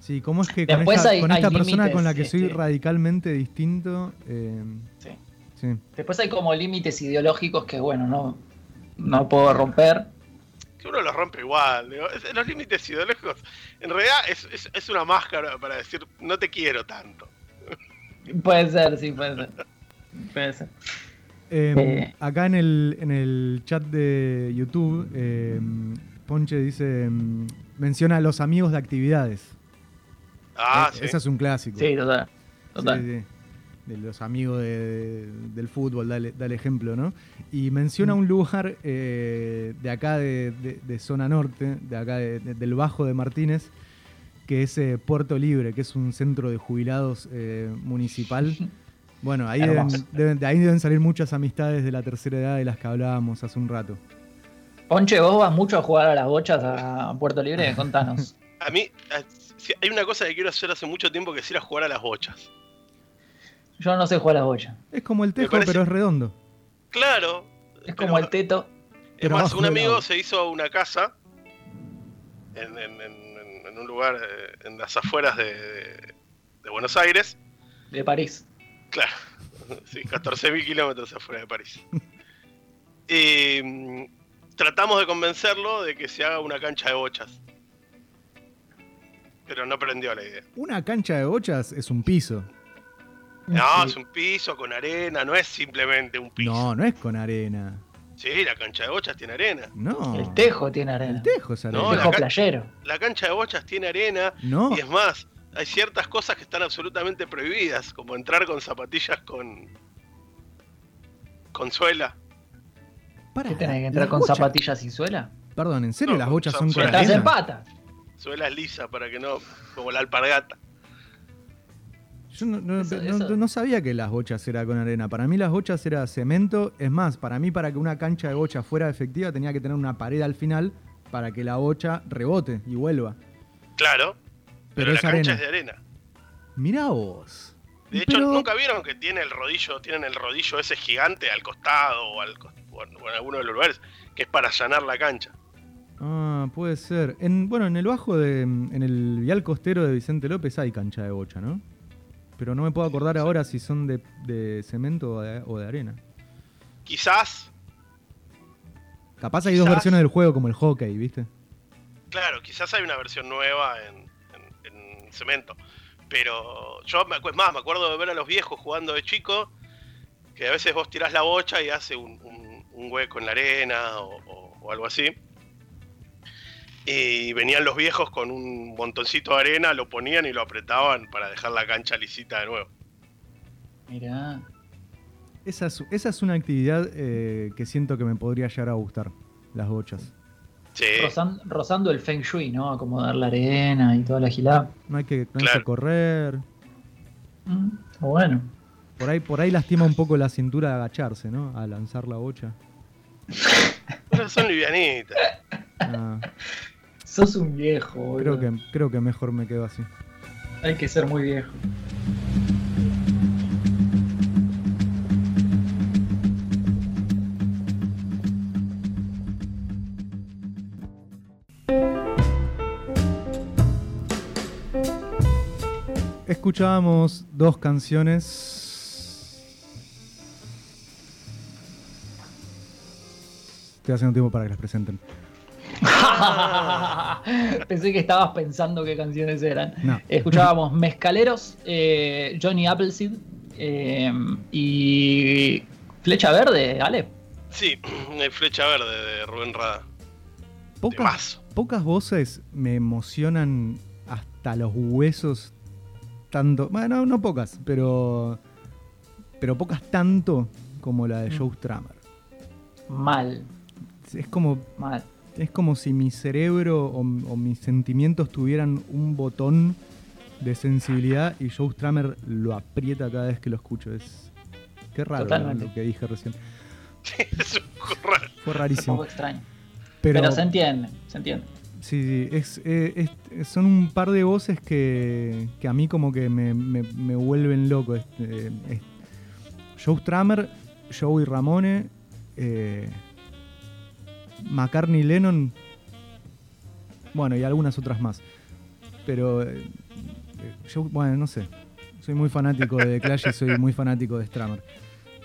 [SPEAKER 1] Sí, ¿cómo es que con
[SPEAKER 3] Después
[SPEAKER 1] esta,
[SPEAKER 3] hay-
[SPEAKER 1] con
[SPEAKER 3] hay
[SPEAKER 1] esta persona
[SPEAKER 3] límites,
[SPEAKER 1] con la que soy
[SPEAKER 3] este.
[SPEAKER 1] radicalmente distinto? eh,
[SPEAKER 3] Sí.
[SPEAKER 1] sí.
[SPEAKER 3] Después hay como límites ideológicos que, bueno, no, no puedo romper.
[SPEAKER 2] Que uno los rompe igual. digo, es- Los límites ideológicos, en realidad, es, es- es una máscara para decir, no te quiero tanto.
[SPEAKER 3] Puede ser, sí, puede ser. Puede ser.
[SPEAKER 1] Eh,
[SPEAKER 3] Eh.
[SPEAKER 1] Acá en el, en el chat de YouTube, eh, Ponche dice, mm, menciona a los amigos de actividades.
[SPEAKER 2] Ah,
[SPEAKER 1] Eh,
[SPEAKER 2] sí.
[SPEAKER 1] Ese es un clásico.
[SPEAKER 3] Sí, total. Total.
[SPEAKER 1] Sí, sí. De los amigos de- del fútbol, dale, dale ejemplo, ¿no? Y menciona un lugar eh, de acá de, de- de zona norte, de acá de- de- del Bajo de Martínez, que es eh, Puerto Libre, que es un centro de jubilados eh, municipal. Bueno, ahí deben,
[SPEAKER 3] Hermoso.
[SPEAKER 1] deben- de ahí deben salir muchas amistades de la tercera edad de las que hablábamos hace un rato.
[SPEAKER 3] Ponche, vos vas mucho a jugar a las bochas a
[SPEAKER 1] [laughs]
[SPEAKER 3] Puerto Libre, contanos.
[SPEAKER 2] A mí, a- si- hay una cosa que quiero hacer hace mucho tiempo que es ir a jugar a las bochas.
[SPEAKER 3] Yo no sé jugar a las bochas.
[SPEAKER 1] Es como el tejo,
[SPEAKER 2] parece-
[SPEAKER 1] pero es redondo.
[SPEAKER 2] Claro.
[SPEAKER 3] Es como el teto.
[SPEAKER 2] Es
[SPEAKER 1] pero
[SPEAKER 2] más,
[SPEAKER 1] abajo
[SPEAKER 2] un
[SPEAKER 1] del
[SPEAKER 2] amigo
[SPEAKER 1] agua.
[SPEAKER 2] se hizo una casa en, en- en- en- en un lugar eh, en las afueras de, de- de Buenos Aires.
[SPEAKER 3] de París.
[SPEAKER 2] Claro, [laughs] sí, 14.000 kilómetros afuera
[SPEAKER 1] [laughs]
[SPEAKER 2] de París. Y mm, tratamos de convencerlo de que se haga una cancha de bochas. Pero no prendió la idea.
[SPEAKER 1] Una cancha de bochas es un piso. Mm,
[SPEAKER 2] No,
[SPEAKER 3] Sí.
[SPEAKER 2] es un piso con arena, no es simplemente un piso.
[SPEAKER 1] No, no es con arena.
[SPEAKER 2] Sí, la cancha de bochas tiene arena.
[SPEAKER 1] No.
[SPEAKER 3] El tejo tiene arena.
[SPEAKER 1] El
[SPEAKER 3] El tejo,
[SPEAKER 1] tejo es
[SPEAKER 2] No,
[SPEAKER 1] arena.
[SPEAKER 2] la ca-
[SPEAKER 3] playero.
[SPEAKER 2] La cancha de bochas tiene arena
[SPEAKER 1] No,
[SPEAKER 2] y es más, hay ciertas cosas que están absolutamente prohibidas, como entrar con zapatillas con con suela.
[SPEAKER 1] para.
[SPEAKER 3] ¿Qué tenés que entrar con zapatillas y suela?
[SPEAKER 1] Perdón, ¿en serio
[SPEAKER 2] No,
[SPEAKER 1] las bochas
[SPEAKER 2] son-
[SPEAKER 1] son
[SPEAKER 2] son
[SPEAKER 1] con
[SPEAKER 3] Estás en
[SPEAKER 1] arena?
[SPEAKER 3] pata.
[SPEAKER 2] Suela lisa para que no como la alpargata.
[SPEAKER 1] Yo no, no-
[SPEAKER 3] Eso-
[SPEAKER 1] no-
[SPEAKER 3] eso-
[SPEAKER 1] no sabía que las bochas era con arena. Para mí las bochas era cemento. Es más, para mí para que una cancha de bocha fuera efectiva tenía que tener una pared al final para que la bocha rebote y vuelva.
[SPEAKER 2] Claro, pero,
[SPEAKER 1] Pero,
[SPEAKER 2] la
[SPEAKER 1] es
[SPEAKER 2] cancha
[SPEAKER 1] arena.
[SPEAKER 2] es de arena.
[SPEAKER 1] Mirá vos.
[SPEAKER 2] De hecho,
[SPEAKER 1] Pero-
[SPEAKER 2] nunca vieron que tiene el rodillo, tienen el rodillo ese gigante al costado o, al, cos- o en o en alguno de los lugares que es para allanar la cancha.
[SPEAKER 1] Ah, puede ser. En, bueno, en el bajo de. En el vial costero de Vicente López hay cancha de bocha, ¿no? Pero no me puedo acordar ahora si son de, de cemento o de, o de arena.
[SPEAKER 2] Quizás,
[SPEAKER 1] Capaz hay dos
[SPEAKER 2] Quizás.
[SPEAKER 1] versiones del juego como el hockey, ¿viste?
[SPEAKER 2] claro, quizás hay una versión nueva en, en- en cemento. Pero yo me acuerdo más, me acuerdo de ver a los viejos jugando de chico, que a veces vos tirás la bocha y hace un, un- un hueco en la arena o, o- o algo así. Y venían los viejos con un montoncito de arena, lo ponían y lo apretaban para dejar la cancha lisita de nuevo.
[SPEAKER 3] Mirá.
[SPEAKER 1] Esa es, esa es una actividad eh, que siento que me podría llegar a gustar, las bochas.
[SPEAKER 2] Sí.
[SPEAKER 3] Rozan- rozando el feng shui, ¿no? Acomodar la arena y toda la gilada.
[SPEAKER 1] No hay que, no hay que
[SPEAKER 2] Claro.
[SPEAKER 1] correr.
[SPEAKER 3] Mm, está bueno.
[SPEAKER 1] Por ahí, por ahí lastima un poco la cintura de agacharse, ¿no? A lanzar la bocha.
[SPEAKER 2] Pero son livianitas.
[SPEAKER 1] Ah,
[SPEAKER 3] Sos un viejo,
[SPEAKER 1] creo,
[SPEAKER 3] boludo.
[SPEAKER 1] que, creo que mejor me quedo así.
[SPEAKER 3] Hay que ser muy viejo. [laughs]
[SPEAKER 1] Escuchábamos dos canciones. Estoy haciendo tiempo para que las presenten.
[SPEAKER 3] Pensé que estabas pensando qué canciones eran.
[SPEAKER 1] No.
[SPEAKER 3] Escuchábamos Mezcaleros, eh, Johnny Appleseed eh, y Flecha Verde, Ale.
[SPEAKER 2] Sí, [clears throat] el flecha verde de Rubén Rada.
[SPEAKER 1] Pocas,
[SPEAKER 2] Temazo. [laughs]
[SPEAKER 1] pocas voces me emocionan hasta los huesos tanto. Bueno, no pocas, pero. Pero pocas tanto como la de
[SPEAKER 3] Mm.
[SPEAKER 1] Joe Stramer.
[SPEAKER 3] Mal,
[SPEAKER 1] Es como.
[SPEAKER 3] mal.
[SPEAKER 1] Es como si mi cerebro o, o mis sentimientos tuvieran un botón de sensibilidad y Joe Stramer lo aprieta cada vez que lo escucho. Es. Qué raro ¿no?
[SPEAKER 3] Totalmente.
[SPEAKER 1] lo que dije recién.
[SPEAKER 2] es un corral.
[SPEAKER 1] Fue
[SPEAKER 3] Un poco
[SPEAKER 1] rarísimo.
[SPEAKER 3] extraño.
[SPEAKER 1] Pero,
[SPEAKER 3] Pero, se entiende, se entiende.
[SPEAKER 1] sí, sí, es, eh, es- son un par de voces que, que a mí como que me, me- me vuelven loco. Este, eh, es- Joe Stramer, Joey Ramone, eh, McCartney Lennon, bueno, y algunas otras más. Pero eh, yo, bueno, no sé. Soy muy fanático de The Clash y soy muy fanático de Stramer.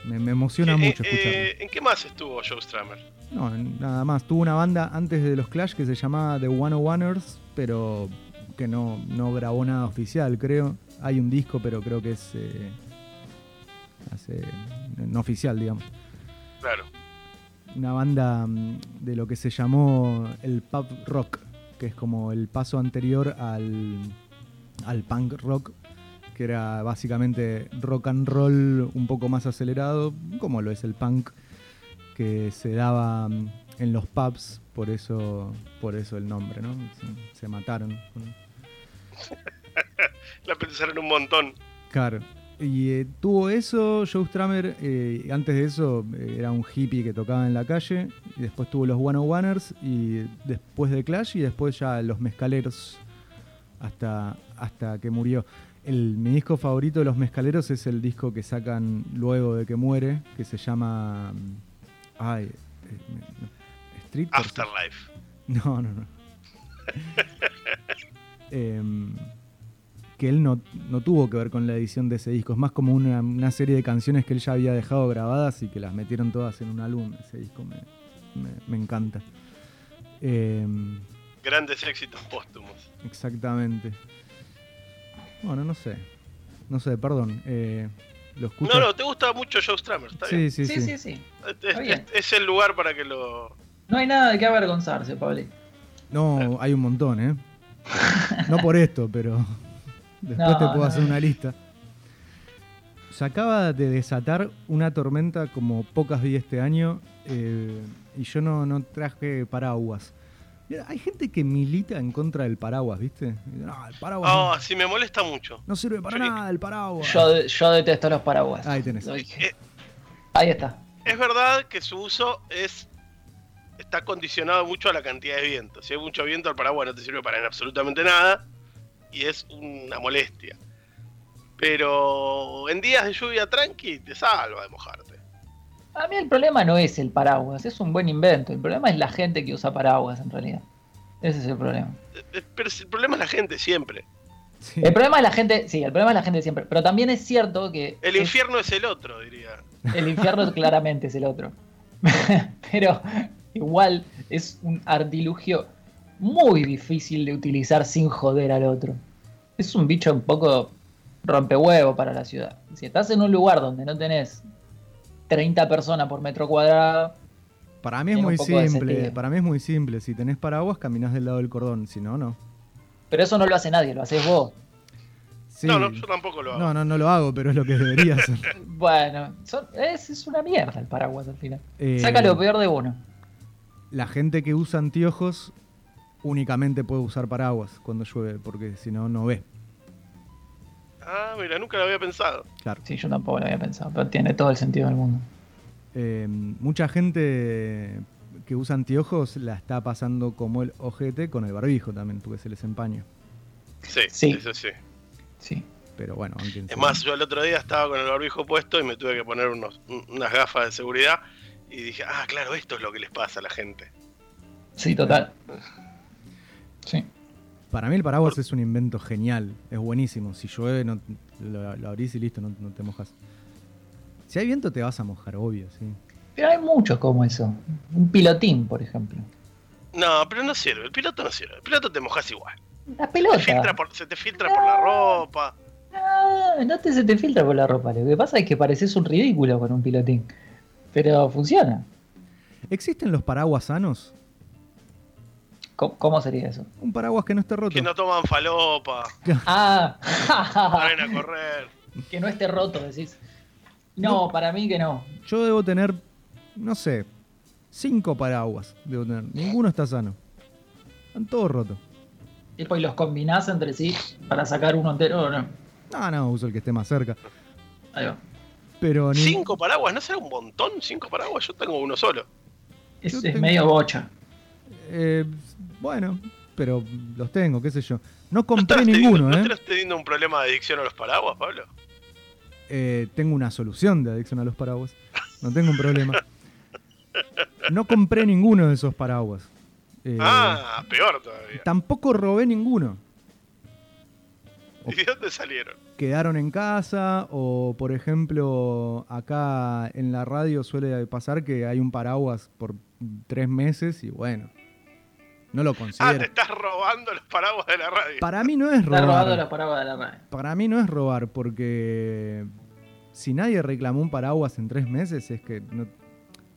[SPEAKER 1] Me, me emociona
[SPEAKER 2] Eh,
[SPEAKER 1] mucho
[SPEAKER 2] eh,
[SPEAKER 1] escucharlo.
[SPEAKER 2] ¿En qué más estuvo Joe Stramer?
[SPEAKER 1] No, nada más. Tuvo una banda antes de los Clash que se llamaba The 101ers, pero que no, no grabó nada oficial, creo. Hay un disco, pero creo que es. eh, hace- no oficial, digamos.
[SPEAKER 2] Claro.
[SPEAKER 1] Una banda mm, de lo que se llamó el pub rock, que es como el paso anterior al, al punk rock, que era básicamente rock and roll un poco más acelerado, como lo es el punk, que se daba mm, en los pubs, por eso, por eso el nombre, ¿no? Se, se mataron.
[SPEAKER 2] La pensaron un montón.
[SPEAKER 1] Claro. Y eh, tuvo eso, Joe Stramer, eh, antes de eso eh, era un hippie que tocaba en la calle, y después tuvo los 101ers, y después de Clash, y después ya los mezcaleros, hasta, hasta que murió. El, mi disco favorito de los mezcaleros es el disco que sacan luego de que muere, que se llama... mm, Ay, eh, me- me- Street Corps.
[SPEAKER 2] Afterlife.
[SPEAKER 1] [laughs] No, no, no. Em, que él no, no tuvo que ver con la edición de ese disco. Es más como una, una serie de canciones que él ya había dejado grabadas y que las metieron todas en un álbum. Ese disco me, me- me encanta. Em,
[SPEAKER 2] Grandes éxitos póstumos.
[SPEAKER 1] exactamente. Bueno, no sé. No sé, perdón. Eh, lo escucho.
[SPEAKER 2] No, no, te gusta mucho Joe Stramer, está bien.
[SPEAKER 1] sí, sí, sí,
[SPEAKER 3] sí, sí, sí.
[SPEAKER 2] Es-
[SPEAKER 3] Está
[SPEAKER 2] Es,
[SPEAKER 3] bien.
[SPEAKER 2] es el lugar para que lo.
[SPEAKER 3] No hay nada de qué avergonzarse, Pablo.
[SPEAKER 1] No, hay un montón, ¿eh? No por esto, pero después
[SPEAKER 3] No,
[SPEAKER 1] te puedo
[SPEAKER 3] no.
[SPEAKER 1] hacer una lista. Se acaba de desatar una tormenta como pocas vi este año eh, y yo no, no traje paraguas. Mira, hay gente que milita en contra del paraguas, ¿viste? No, el paraguas no-
[SPEAKER 2] Ah, sí, me molesta mucho.
[SPEAKER 1] no sirve para
[SPEAKER 2] sí.
[SPEAKER 1] nada, el paraguas.
[SPEAKER 3] Yo, yo detesto los paraguas.
[SPEAKER 1] Ahí tenés.
[SPEAKER 3] Lo dije.
[SPEAKER 2] Eh,
[SPEAKER 3] Ahí está.
[SPEAKER 2] Es verdad que su uso es está condicionado mucho a la cantidad de viento. Si hay mucho viento, el paraguas no te sirve para absolutamente nada y es una molestia. Pero en días de lluvia tranqui te salva de mojarte.
[SPEAKER 3] A mí el problema no es el paraguas, es un buen invento. El problema es la gente que usa paraguas en realidad. Ese es el problema.
[SPEAKER 2] Eh, eh, Pero si el problema es la gente siempre.
[SPEAKER 1] Sí.
[SPEAKER 3] El problema es la gente, sí, el problema es la gente siempre. Pero también es cierto que
[SPEAKER 2] El
[SPEAKER 3] es-
[SPEAKER 2] infierno es el otro, diría.
[SPEAKER 3] el infierno claramente es el otro. [laughs] Pero igual es un artilugio muy difícil de utilizar sin joder al otro. Es un bicho un poco rompehuevo para la ciudad. Si estás en un lugar donde no tenés 30 personas por metro cuadrado,
[SPEAKER 1] Para mí es
[SPEAKER 3] Tiene un
[SPEAKER 1] muy
[SPEAKER 3] poco de
[SPEAKER 1] simple,
[SPEAKER 3] sentido.
[SPEAKER 1] para mí es muy simple. Si tenés paraguas, caminás del lado del cordón, si no, no.
[SPEAKER 3] pero eso no lo hace nadie, lo haces vos.
[SPEAKER 1] Sí.
[SPEAKER 2] No, no, yo tampoco lo hago.
[SPEAKER 1] no, no, no lo hago, pero es lo que debería hacer.
[SPEAKER 3] Bueno, son- es, es una mierda el paraguas al final.
[SPEAKER 1] Eh,
[SPEAKER 3] Saca lo peor de uno.
[SPEAKER 1] la gente que usa anteojos únicamente puede usar paraguas cuando llueve, porque si no, no ve.
[SPEAKER 2] Ah, mira, nunca lo había pensado.
[SPEAKER 1] Claro.
[SPEAKER 3] Sí, yo tampoco lo había pensado, pero tiene todo el sentido del mundo.
[SPEAKER 1] Eh, mucha gente que usa anteojos la está pasando como el ojete con el barbijo también, porque se les empaña.
[SPEAKER 2] Sí,
[SPEAKER 3] Sí.
[SPEAKER 2] eso sí.
[SPEAKER 3] Sí.
[SPEAKER 1] Pero bueno, aunque
[SPEAKER 2] Es más, yo el otro día estaba con el barbijo puesto y me tuve que poner unos, un- unas gafas de seguridad y dije, ah, claro, esto es lo que les pasa a la gente.
[SPEAKER 3] Sí, total. Sí.
[SPEAKER 1] para mí el paraguas es un invento genial, es buenísimo. Si llueve, no, lo, lo abrís y listo, no, no te mojas. Si hay viento te vas a mojar, obvio, sí.
[SPEAKER 3] Pero hay muchos como eso. Un pilotín, por ejemplo.
[SPEAKER 2] No, pero no sirve, el piloto no sirve, el piloto te mojas igual.
[SPEAKER 3] La
[SPEAKER 2] Se, filtra
[SPEAKER 3] pelota.
[SPEAKER 2] por- se te filtra por la ropa.
[SPEAKER 3] Ah, no te, se te filtra por la ropa. Lo que pasa es que pareces un ridículo con un pilotín. Pero funciona.
[SPEAKER 1] ¿Existen los paraguas sanos?
[SPEAKER 3] ¿Cómo, cómo sería eso?
[SPEAKER 1] Un paraguas que no esté roto.
[SPEAKER 2] Que no toman falopa,
[SPEAKER 3] Ah, [laughs]
[SPEAKER 2] salen a correr.
[SPEAKER 3] que no esté roto, decís. No, para mí que no.
[SPEAKER 1] Yo debo tener, no sé, cinco paraguas. Debo tener. Ninguno está sano. Están todos rotos.
[SPEAKER 3] Tipo, y los combinás entre sí para sacar uno entero o no.
[SPEAKER 1] No, no, uso el que esté más cerca.
[SPEAKER 3] Ahí va.
[SPEAKER 1] Pero ni-
[SPEAKER 2] Cinco paraguas, ¿no será un montón? Cinco paraguas, yo tengo uno solo.
[SPEAKER 3] Es,
[SPEAKER 1] Yo
[SPEAKER 3] es
[SPEAKER 1] tengo-
[SPEAKER 3] medio bocha.
[SPEAKER 1] eh, bueno, pero los tengo, qué sé yo. No
[SPEAKER 2] ¿No
[SPEAKER 1] compré
[SPEAKER 2] estarás
[SPEAKER 1] ninguno,
[SPEAKER 2] teniendo, ¿No
[SPEAKER 1] ¿eh?
[SPEAKER 2] estarás teniendo un problema de adicción a los paraguas, Pablo?
[SPEAKER 1] Eh, tengo una solución de adicción a los paraguas. No tengo un problema. No compré ninguno de esos paraguas. Eh,
[SPEAKER 2] Ah, peor
[SPEAKER 1] [laughs]
[SPEAKER 2] todavía.
[SPEAKER 1] Tampoco robé ninguno.
[SPEAKER 2] ¿Y de dónde salieron?
[SPEAKER 1] Quedaron en casa o, por ejemplo, acá en la radio suele pasar que hay un paraguas por tres meses y bueno, no lo
[SPEAKER 2] Ah, eh, te
[SPEAKER 1] considero.
[SPEAKER 2] estás robando los paraguas de la radio.
[SPEAKER 1] Para mí no es
[SPEAKER 3] Está robando
[SPEAKER 1] robar.
[SPEAKER 3] las paraguas de la radio.
[SPEAKER 1] Para mí no es robar porque si nadie reclamó un paraguas en tres meses es que no-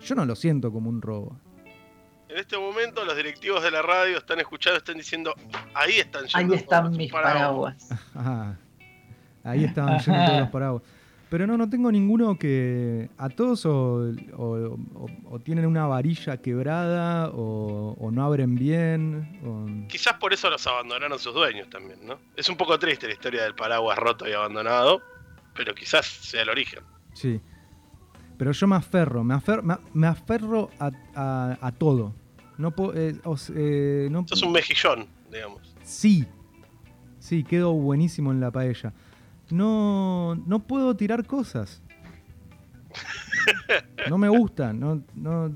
[SPEAKER 1] yo no lo siento como un robo.
[SPEAKER 2] En este momento los directivos de la radio están escuchando, están diciendo, ahí están yendo
[SPEAKER 3] Ahí
[SPEAKER 2] todos
[SPEAKER 3] están
[SPEAKER 2] sus
[SPEAKER 3] mis
[SPEAKER 2] [laughs]
[SPEAKER 3] paraguas.
[SPEAKER 1] Ajá. Ahí estaban yendo
[SPEAKER 3] Ajá.
[SPEAKER 1] todos los paraguas. Pero no, no tengo ninguno que a todos o, o- o- o tienen una varilla quebrada o, o no abren bien. o-
[SPEAKER 2] Quizás por eso los abandonaron sus dueños también, ¿no? Es un poco triste la historia del paraguas roto y abandonado, pero quizás sea el origen.
[SPEAKER 1] Sí. Pero yo me aferro, me aferro, me, me aferro a, a- a todo. No puedo... eh, o s- eh, no,
[SPEAKER 2] Sos un mejillón, digamos.
[SPEAKER 1] Sí. Sí, quedo buenísimo en la paella. No, no puedo tirar cosas. No me gusta, no, no,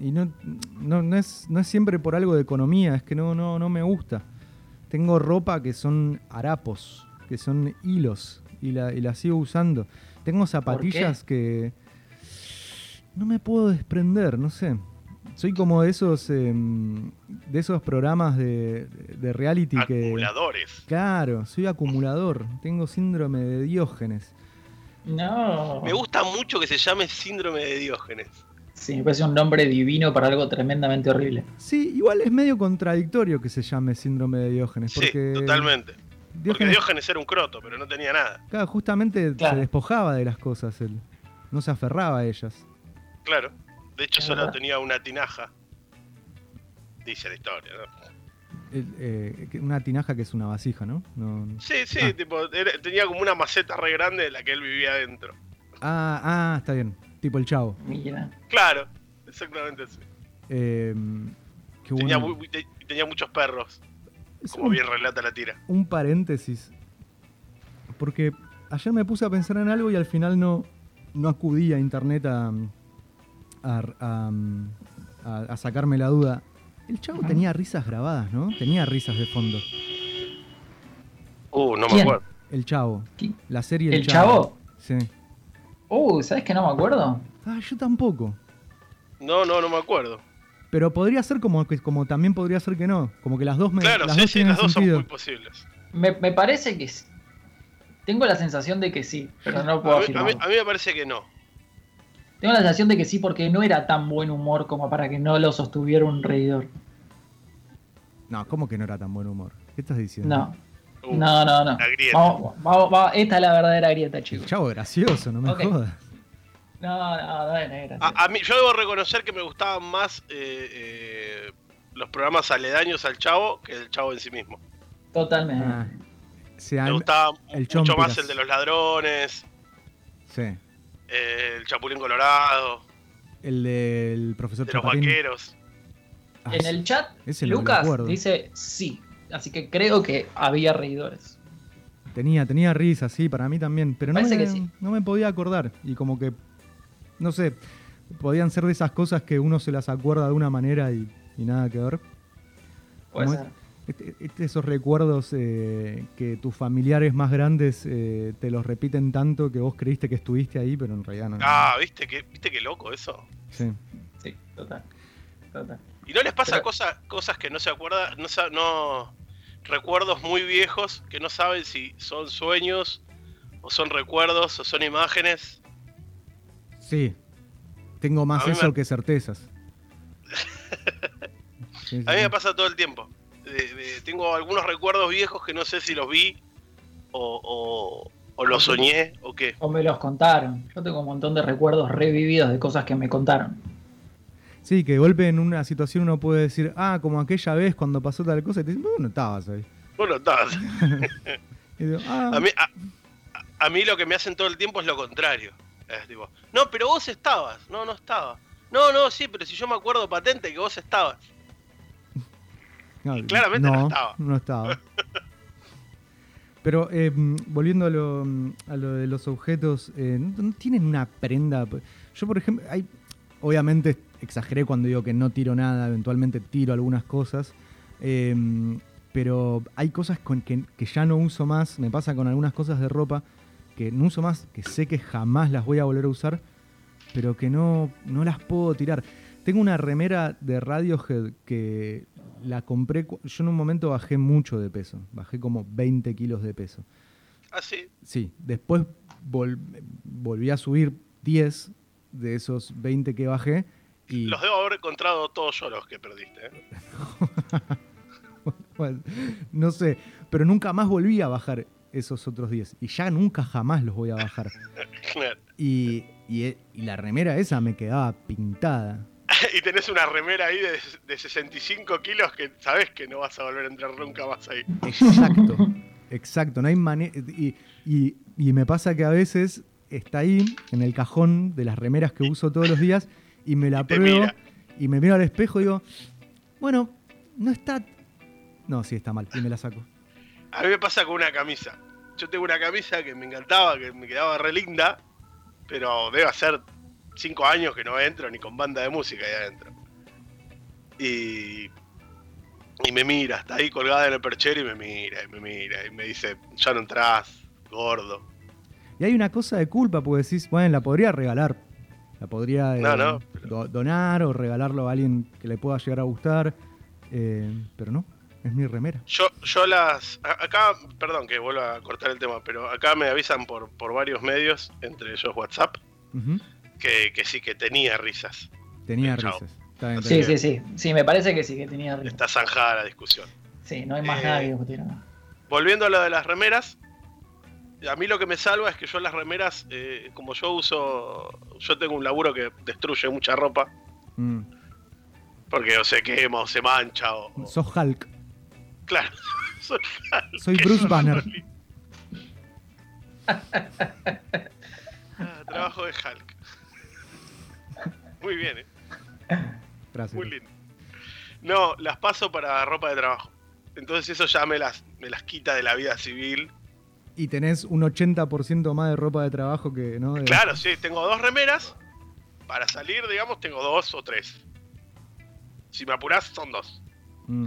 [SPEAKER 1] y no, no, no es, no es siempre por algo de economía, es que no, no, no me gusta. Tengo ropa que son harapos, que son hilos, y la, y la sigo usando. Tengo zapatillas que no me puedo desprender, no sé. Soy como de esos, em, de esos programas de, de reality que...
[SPEAKER 2] Acumuladores.
[SPEAKER 1] Claro, soy acumulador, tengo síndrome de Diógenes.
[SPEAKER 3] No.
[SPEAKER 2] Me gusta mucho que se llame síndrome de Diógenes.
[SPEAKER 3] Sí, me parece un nombre divino para algo tremendamente horrible.
[SPEAKER 1] Sí, igual es medio contradictorio que se llame síndrome de Diógenes,
[SPEAKER 2] Sí,
[SPEAKER 1] porque
[SPEAKER 2] totalmente. Porque
[SPEAKER 1] Diógenes
[SPEAKER 2] Diógenes era un croto, pero no tenía nada.
[SPEAKER 1] claro, justamente
[SPEAKER 3] Claro.
[SPEAKER 1] se despojaba de las cosas él, no se aferraba a ellas.
[SPEAKER 2] Claro. De hecho,
[SPEAKER 3] Es
[SPEAKER 2] solo
[SPEAKER 3] verdad.
[SPEAKER 2] tenía una tinaja. Dice la historia, ¿no?
[SPEAKER 1] El- eh, que- una tinaja que es una vasija, ¿no? No-
[SPEAKER 2] Sí, sí,
[SPEAKER 1] Ah.
[SPEAKER 2] tipo, era- tenía como una maceta re grande de la que él vivía adentro.
[SPEAKER 1] Ah, ah, está bien, tipo el chavo.
[SPEAKER 3] Mira.
[SPEAKER 2] Claro, exactamente así.
[SPEAKER 1] Eh, qué
[SPEAKER 2] Tenía,
[SPEAKER 1] bueno.
[SPEAKER 2] mu- te- tenía muchos perros,
[SPEAKER 1] Es
[SPEAKER 2] como
[SPEAKER 1] un-
[SPEAKER 2] bien relata la tira.
[SPEAKER 1] un paréntesis. Porque ayer me puse a pensar en algo y al final no, no acudí a internet a, a, a- a- a sacarme la duda. El chavo tenía risas grabadas, ¿no? Tenía risas de fondo.
[SPEAKER 2] Uh, no me
[SPEAKER 3] ¿Quién?
[SPEAKER 2] acuerdo.
[SPEAKER 1] El chavo.
[SPEAKER 3] ¿Qui-
[SPEAKER 1] La serie
[SPEAKER 3] ¿El,
[SPEAKER 1] El,
[SPEAKER 3] chavo?
[SPEAKER 1] Sí.
[SPEAKER 3] Uh, ¿sabes que no me acuerdo?
[SPEAKER 1] Ah, yo tampoco.
[SPEAKER 2] No, no, no me acuerdo.
[SPEAKER 1] Pero podría ser como que como también podría ser que no. Como que las dos me
[SPEAKER 2] Claro,
[SPEAKER 1] las
[SPEAKER 2] sí,
[SPEAKER 1] dos
[SPEAKER 2] sí,
[SPEAKER 1] tienen
[SPEAKER 2] las dos son
[SPEAKER 1] sentido.
[SPEAKER 2] muy posibles.
[SPEAKER 3] Me, me parece que sí. Tengo la sensación de que sí, pero no puedo
[SPEAKER 2] A mí, a
[SPEAKER 3] afirmarlo.
[SPEAKER 2] mí- a mí me parece que no.
[SPEAKER 3] Tengo la sensación de que sí porque no era tan buen humor como para que no lo sostuviera un reidor.
[SPEAKER 1] No, ¿cómo que no era tan buen humor? ¿Qué estás diciendo?
[SPEAKER 3] No,
[SPEAKER 2] Uh,
[SPEAKER 3] no, no, no.
[SPEAKER 2] la grieta.
[SPEAKER 3] Vamos, vamos, vamos. Esta es la verdadera grieta,
[SPEAKER 1] El
[SPEAKER 3] chicos.
[SPEAKER 1] chavo gracioso, no me
[SPEAKER 3] Ok.
[SPEAKER 1] jodas.
[SPEAKER 3] No, no, no es negra.
[SPEAKER 2] A, a mí, yo debo reconocer que me gustaban más eh, eh, los programas aledaños al chavo que el chavo en sí mismo.
[SPEAKER 3] Totalmente.
[SPEAKER 1] Ah, sí,
[SPEAKER 2] Me
[SPEAKER 1] al-
[SPEAKER 2] gustaba
[SPEAKER 1] el
[SPEAKER 2] mucho
[SPEAKER 1] Chompiras.
[SPEAKER 2] más el de los ladrones,
[SPEAKER 1] sí.
[SPEAKER 2] eh, el chapulín colorado,
[SPEAKER 1] El del profesor
[SPEAKER 2] de los
[SPEAKER 1] Chapatín.
[SPEAKER 2] vaqueros.
[SPEAKER 1] Ah,
[SPEAKER 3] En el chat,
[SPEAKER 1] Ese no lo
[SPEAKER 3] Lucas
[SPEAKER 1] recuerdo.
[SPEAKER 3] dice sí. Así que creo que había reidores.
[SPEAKER 1] Tenía, tenía risa, sí, para mí también. Pero no me,
[SPEAKER 3] Parece que sí.
[SPEAKER 1] no me podía acordar. Y como que, no sé, podían ser de esas cosas que uno se las acuerda de una manera y, y nada que ver.
[SPEAKER 3] Puede
[SPEAKER 1] Muy-
[SPEAKER 3] ser.
[SPEAKER 1] Este- este- esos recuerdos eh, que tus familiares más grandes eh, te los repiten tanto que vos creíste que estuviste ahí, pero en realidad no.
[SPEAKER 2] Ah, ¿viste qué, ¿viste qué loco eso?
[SPEAKER 1] Sí.
[SPEAKER 3] Sí, total. Total.
[SPEAKER 2] ¿Y no les pasa
[SPEAKER 3] Pero-
[SPEAKER 2] cosas, cosas que no se acuerdan, no, sa- no recuerdos muy viejos que no saben si son sueños o son recuerdos o son imágenes?
[SPEAKER 1] Sí. Tengo
[SPEAKER 2] A
[SPEAKER 1] más
[SPEAKER 2] mí me-
[SPEAKER 1] eso que
[SPEAKER 2] [laughs]
[SPEAKER 1] certezas. Sí, sí,
[SPEAKER 2] A mí
[SPEAKER 1] sí.
[SPEAKER 2] me pasa todo el tiempo. De- de- tengo algunos recuerdos viejos que no sé si los vi o, o, o los soñé o qué.
[SPEAKER 3] O me los contaron. Yo tengo un montón de recuerdos revividos de cosas que me contaron.
[SPEAKER 1] Sí, que de golpe en una situación uno puede decir, ah, como aquella vez cuando pasó tal cosa, y te dicen, vos no estabas ahí.
[SPEAKER 2] Vos no estabas.
[SPEAKER 1] Y digo, ah,
[SPEAKER 2] A mí, a, a- a mí lo que me hacen todo el tiempo es lo contrario. Es tipo, no, pero vos estabas. No, no estaba. No, no, sí, pero si yo me acuerdo patente que vos estabas.
[SPEAKER 1] no,
[SPEAKER 2] claramente no estaba.
[SPEAKER 1] no estaba. Pero eh, volviendo a lo, a lo de los objetos, eh, ¿no no tienen una prenda? Yo, por ejemplo, hay, obviamente exageré cuando digo que no tiro nada, eventualmente tiro algunas cosas, eh, pero hay cosas con que, que ya no uso más, me pasa con algunas cosas de ropa que no uso más, que sé que jamás las voy a volver a usar, pero que no, no las puedo tirar. Tengo una remera de Radiohead que la compré, cu- yo en un momento bajé mucho de peso, bajé como 20 kilos de peso.
[SPEAKER 2] Ah, sí.
[SPEAKER 1] Sí, después vol- volví a subir 10 de esos 20 que bajé. Y,
[SPEAKER 2] Los debo haber encontrado todos yo los que perdiste. ¿eh?
[SPEAKER 1] [laughs]
[SPEAKER 2] [laughs]
[SPEAKER 1] bueno, no sé, pero nunca más volví a bajar esos otros 10. Y ya nunca jamás los voy a bajar.
[SPEAKER 2] Claro.
[SPEAKER 1] Y, y e- y la remera esa me quedaba pintada.
[SPEAKER 2] y tenés una remera ahí de, de 65 kilos que sabés que no vas a volver a entrar nunca más ahí.
[SPEAKER 1] Exacto, [laughs] exacto. No hay mane- y, y- y me pasa que a veces está ahí, en el cajón de las remeras que uso todos los días, y me la
[SPEAKER 2] te
[SPEAKER 1] pruebo
[SPEAKER 2] mira.
[SPEAKER 1] y me miro al espejo y digo, bueno, no está. No, sí está mal, y me la saco.
[SPEAKER 2] A mí me pasa con una camisa. Yo tengo una camisa que me encantaba, que me quedaba re linda, pero debe hacer cinco años que no entro ni con banda de música ahí adentro. Y, y me mira, está ahí colgada en el perchero y me mira, y me mira, y me dice, ya no entrás, gordo.
[SPEAKER 1] Y hay una cosa de culpa, porque decís, bueno, la podría regalar. La podría eh,
[SPEAKER 2] No, no, pero-
[SPEAKER 1] do- donar o regalarlo a alguien que le pueda llegar a gustar. eh, pero no, es mi remera.
[SPEAKER 2] Yo, yo las. a- Acá, perdón que vuelva a cortar el tema, pero acá me avisan por, por varios medios, entre ellos WhatsApp,
[SPEAKER 1] Ujú.
[SPEAKER 2] que, que sí que tenía risas.
[SPEAKER 1] Tenía
[SPEAKER 2] Chao.
[SPEAKER 1] risas. Está bien, está
[SPEAKER 3] Sí,
[SPEAKER 1] bien.
[SPEAKER 2] Entonces-
[SPEAKER 3] sí, sí. Sí, me parece que sí, que tenía ritmo.
[SPEAKER 2] Está zanjada la discusión.
[SPEAKER 3] Sí, no hay más
[SPEAKER 2] Eh,
[SPEAKER 3] nada que discutir. ¿no?
[SPEAKER 2] Volviendo a lo de las remeras, a mí lo que me salva es que yo las remeras, eh, como yo uso, yo tengo un laburo que destruye mucha ropa,
[SPEAKER 1] Mm.
[SPEAKER 2] porque o se quema o se mancha o... o-
[SPEAKER 1] Sos Hulk.
[SPEAKER 2] claro, [laughs] soy-
[SPEAKER 1] Soy Bruce Banner.
[SPEAKER 2] ah, trabajo de Hulk. Muy bien, ¿eh?
[SPEAKER 1] Gracias.
[SPEAKER 2] muy lindo. No, las paso para ropa de trabajo. Entonces eso ya me las, me las quita de la vida civil.
[SPEAKER 1] Y tenés un 80% más de ropa de trabajo que, ¿no? De-
[SPEAKER 2] Claro, sí, tengo dos remeras. Para salir, digamos, tengo dos o tres. Si me apurás, son dos.
[SPEAKER 1] Mm.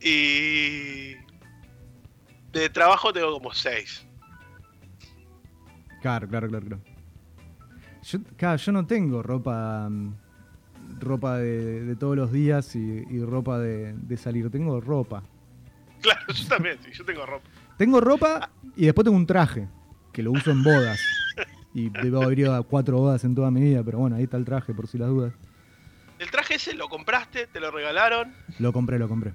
[SPEAKER 2] Y. De trabajo tengo como seis. [laughs]
[SPEAKER 1] Claro, claro, claro, claro. Yo, claro, yo no tengo ropa mm, ropa de, de todos los días y, y ropa de, de salir. Tengo ropa.
[SPEAKER 2] Claro, yo también, sí, yo tengo ropa.
[SPEAKER 1] Tengo ropa y después tengo un traje que lo uso en bodas. Y debo haber ido a cuatro bodas en toda mi vida, pero bueno, ahí está el traje por si las dudas.
[SPEAKER 2] El traje ese lo compraste, te lo regalaron.
[SPEAKER 1] Lo compré, lo compré.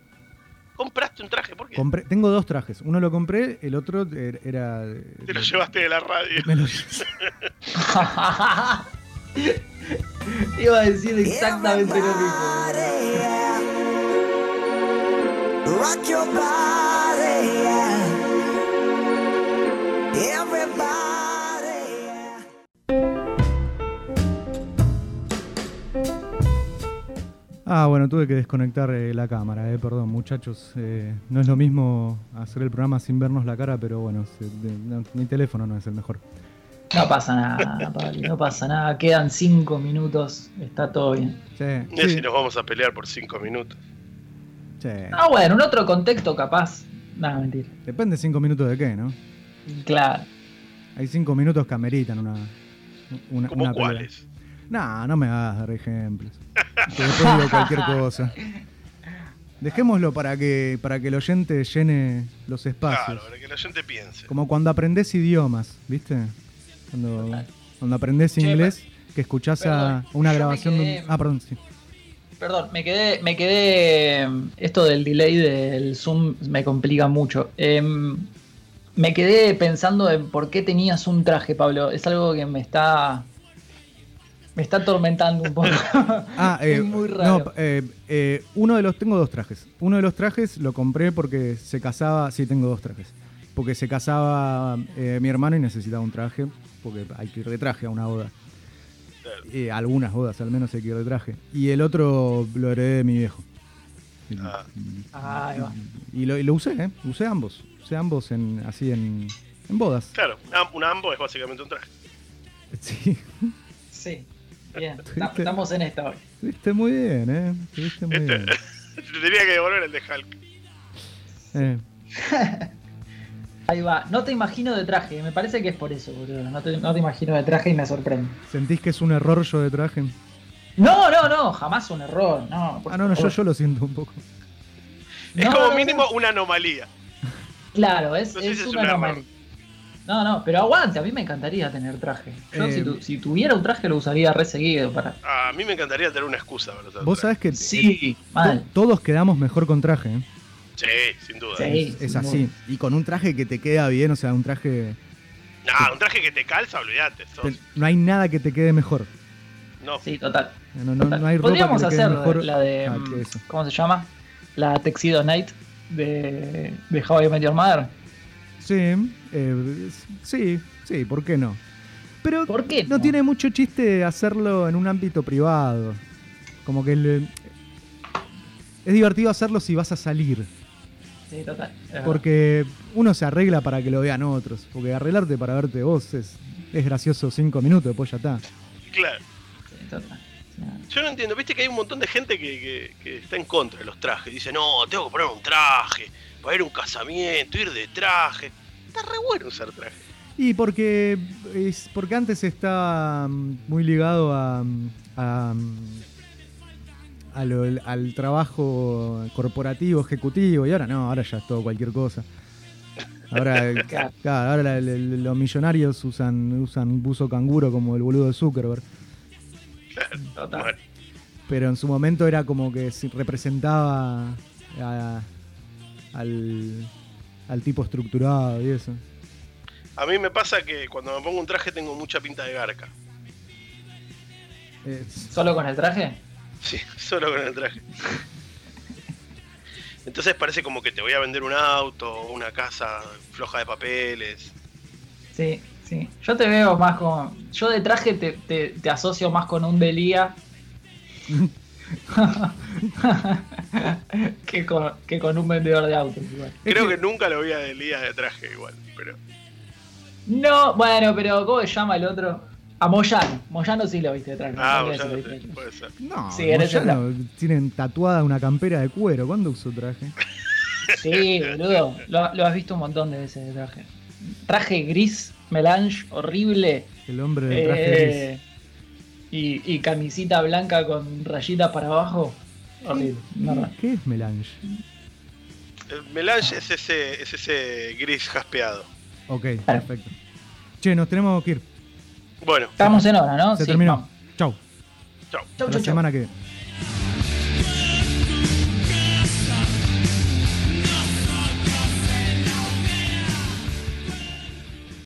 [SPEAKER 2] Compraste un traje, ¿por qué?
[SPEAKER 1] compré tengo dos trajes. Uno lo compré, el otro er- era...
[SPEAKER 2] Te lo llevaste de la radio.
[SPEAKER 1] Me lo-
[SPEAKER 3] [laughs] Iba a decir exactamente lo mismo.
[SPEAKER 4] Everybody, yeah. Rock your body, yeah. Everybody, yeah.
[SPEAKER 1] Ah, bueno, tuve que desconectar eh, la cámara, eh, perdón, muchachos. eh, no es lo mismo hacer el programa sin vernos la cara, pero bueno, se- de- no, mi teléfono no es el mejor.
[SPEAKER 3] No pasa nada, Pablo, no pasa nada. Quedan cinco minutos, está todo bien.
[SPEAKER 1] Che,
[SPEAKER 2] Mira
[SPEAKER 1] sí,
[SPEAKER 2] si nos vamos a pelear por cinco minutos.
[SPEAKER 1] che,
[SPEAKER 3] Ah, bueno, en otro contexto capaz. Nada, mentira.
[SPEAKER 1] Depende cinco minutos de qué, ¿no?
[SPEAKER 3] Claro.
[SPEAKER 1] Hay cinco minutos que ameritan una. una
[SPEAKER 2] ¿Cómo
[SPEAKER 1] una pelea.
[SPEAKER 2] cuáles?
[SPEAKER 1] No, no me hagas dar ejemplos. Que después digo cualquier cosa. Dejémoslo para que, para que el oyente llene los espacios.
[SPEAKER 2] Claro, para que la gente piense.
[SPEAKER 1] Como cuando aprendes idiomas, ¿viste? Cuando, cuando aprendes
[SPEAKER 3] Che,
[SPEAKER 1] inglés, que escuchás a
[SPEAKER 3] perdón,
[SPEAKER 1] una
[SPEAKER 3] yo me
[SPEAKER 1] grabación de
[SPEAKER 3] quedé-
[SPEAKER 1] un... Ah, perdón, sí.
[SPEAKER 3] Perdón, me quedé, me quedé. em, Esto del delay del Zoom me complica mucho. Em, me quedé pensando en por qué tenías un traje, Pablo. Es algo que me está. Me está atormentando
[SPEAKER 1] [laughs]
[SPEAKER 3] un poco.
[SPEAKER 1] Ah, eh,
[SPEAKER 3] [laughs] Es muy raro.
[SPEAKER 1] no, eh, eh, uno de los. Tengo dos trajes. Uno de los trajes lo compré porque se casaba. Sí, tengo dos trajes. Porque se casaba eh, mi hermano y necesitaba un traje. Porque hay que ir de traje a una boda. Eh, algunas bodas al menos hay que ir de traje. Y el otro lo heredé de mi viejo. Mm.
[SPEAKER 2] Ah.
[SPEAKER 3] Ahí va.
[SPEAKER 1] Y lo, y lo usé, ¿eh? Usé ambos. Usé ambos en, así en, en bodas. [laughs]
[SPEAKER 2] Claro, un am- un ambo es básicamente un traje. [laughs]
[SPEAKER 1] Sí,
[SPEAKER 3] Sí. Bien. Tam- Estamos en esta hoy.
[SPEAKER 1] estuviste muy bien, ¿eh? Estuviste muy bien.
[SPEAKER 2] Tendría que devolver el de Hulk.
[SPEAKER 1] Eh,
[SPEAKER 3] Ahí va. Ah, No te imagino de traje. Me parece que es por eso, boludo. No te, no te imagino de traje y me sorprende.
[SPEAKER 1] ¿Sentís que es un error yo de traje?
[SPEAKER 3] No, no, no. Jamás un error. No. por
[SPEAKER 1] Ah, no, no, yo,
[SPEAKER 3] favor.
[SPEAKER 1] yo lo siento un poco.
[SPEAKER 2] Es
[SPEAKER 3] No, no,
[SPEAKER 2] como
[SPEAKER 3] no.
[SPEAKER 2] mínimo una anomalía.
[SPEAKER 3] Claro, es,
[SPEAKER 2] No sé
[SPEAKER 3] es
[SPEAKER 2] si es
[SPEAKER 3] una
[SPEAKER 2] un error.
[SPEAKER 3] anomalía. No, no, pero aguante, a mí me encantaría tener traje. Yo
[SPEAKER 1] Eh,
[SPEAKER 3] si, tu- si tuviera un traje lo usaría re seguido para.
[SPEAKER 2] A mí me encantaría tener una excusa para usar un
[SPEAKER 1] Vos
[SPEAKER 2] traje.
[SPEAKER 1] sabés que
[SPEAKER 3] Sí,
[SPEAKER 1] to-
[SPEAKER 3] mal.
[SPEAKER 1] todos quedamos mejor con traje, ¿eh?
[SPEAKER 2] Sí, sin duda.
[SPEAKER 3] Sí.
[SPEAKER 1] es, es
[SPEAKER 3] sin
[SPEAKER 1] así.
[SPEAKER 3] duda.
[SPEAKER 1] Y con un traje que te queda bien, o sea, un traje...
[SPEAKER 2] Nah, un traje que te calza, olvídate. sos-
[SPEAKER 1] te- no hay nada que te quede mejor.
[SPEAKER 2] No,
[SPEAKER 3] Sí, total.
[SPEAKER 1] No, no- no hay ropa
[SPEAKER 3] Podríamos
[SPEAKER 1] que te quede
[SPEAKER 3] hacer
[SPEAKER 1] mejor.
[SPEAKER 3] la de.
[SPEAKER 1] Ah,
[SPEAKER 3] mm,
[SPEAKER 1] que eso.
[SPEAKER 3] ¿Cómo se llama? La Texido Night de, de How I Met Your Mother.
[SPEAKER 1] Sí, eh, es- sí, sí, ¿por qué no? Pero
[SPEAKER 3] ¿Por qué
[SPEAKER 1] no
[SPEAKER 3] no?
[SPEAKER 1] tiene mucho chiste hacerlo en un ámbito privado. Como que le- es divertido hacerlo si vas a salir.
[SPEAKER 3] Sí, total. es verdad.
[SPEAKER 1] Porque uno se arregla para que lo vean otros. Porque arreglarte para verte vos es, es gracioso cinco minutos, después ya está.
[SPEAKER 2] claro.
[SPEAKER 3] Sí, total. Sí, no.
[SPEAKER 2] Yo no entiendo, viste que hay un montón de gente que, que- que está en contra de los trajes. Dice, no, tengo que poner un traje, para ir a un casamiento, ir de traje. Está re bueno usar traje.
[SPEAKER 1] Y porque, es porque antes estaba mm, muy ligado a, mm, a, mm, a lo- al trabajo corporativo, ejecutivo, y ahora no, ahora ya es todo cualquier cosa. Ahora, eh,
[SPEAKER 3] Claro.
[SPEAKER 1] claro, ahora la- la- los millonarios usan, usan buzo canguro como el boludo de Zuckerberg.
[SPEAKER 3] Total.
[SPEAKER 2] Bueno,
[SPEAKER 1] Pero en su momento era como que se representaba a- al, al tipo estructurado y eso.
[SPEAKER 2] a mí me pasa que cuando me pongo un traje tengo mucha pinta de garca.
[SPEAKER 1] Es-
[SPEAKER 3] ¿Solo con el traje?
[SPEAKER 2] Sí, [laughs] solo con el traje. Entonces parece como que te voy a vender un auto, una casa floja de papeles.
[SPEAKER 3] Sí, sí. Yo te veo más con. Yo de traje te, te- te asocio más con un Delía. [laughs] que, con, que con un vendedor de autos. igual.
[SPEAKER 2] Creo que nunca lo vi a Delía de traje igual, pero
[SPEAKER 3] No, bueno, pero ¿cómo se llama el otro? A Moyano. Moyano sí lo viste de traje.
[SPEAKER 2] Ah,
[SPEAKER 3] no
[SPEAKER 2] vos ya no
[SPEAKER 3] sabía si lo viste de
[SPEAKER 2] sé,
[SPEAKER 3] traje.
[SPEAKER 2] puede ser.
[SPEAKER 1] No,
[SPEAKER 3] Sí, en ese
[SPEAKER 1] Moyano tienen tatuada una campera de cuero. ¿Cuándo usó traje?
[SPEAKER 3] Sí, boludo. Lo, lo has visto un montón de veces de traje. Traje gris, melange, horrible.
[SPEAKER 1] El hombre de traje
[SPEAKER 3] Eh, y, y camisita blanca con rayitas para abajo. Horrible. No,
[SPEAKER 1] gris.
[SPEAKER 3] no.
[SPEAKER 1] ¿Qué es melange?
[SPEAKER 2] El melange es ese, es ese gris jaspeado.
[SPEAKER 1] Ok, perfecto. Che, nos tenemos que ir.
[SPEAKER 2] Bueno,
[SPEAKER 3] Estamos en hora, ¿no?
[SPEAKER 1] Se
[SPEAKER 3] Sí,
[SPEAKER 1] terminó.
[SPEAKER 3] vamos.
[SPEAKER 1] Chau.
[SPEAKER 2] chao.
[SPEAKER 1] Hasta
[SPEAKER 3] Chau, chau,
[SPEAKER 1] la
[SPEAKER 3] chau.
[SPEAKER 1] semana que viene.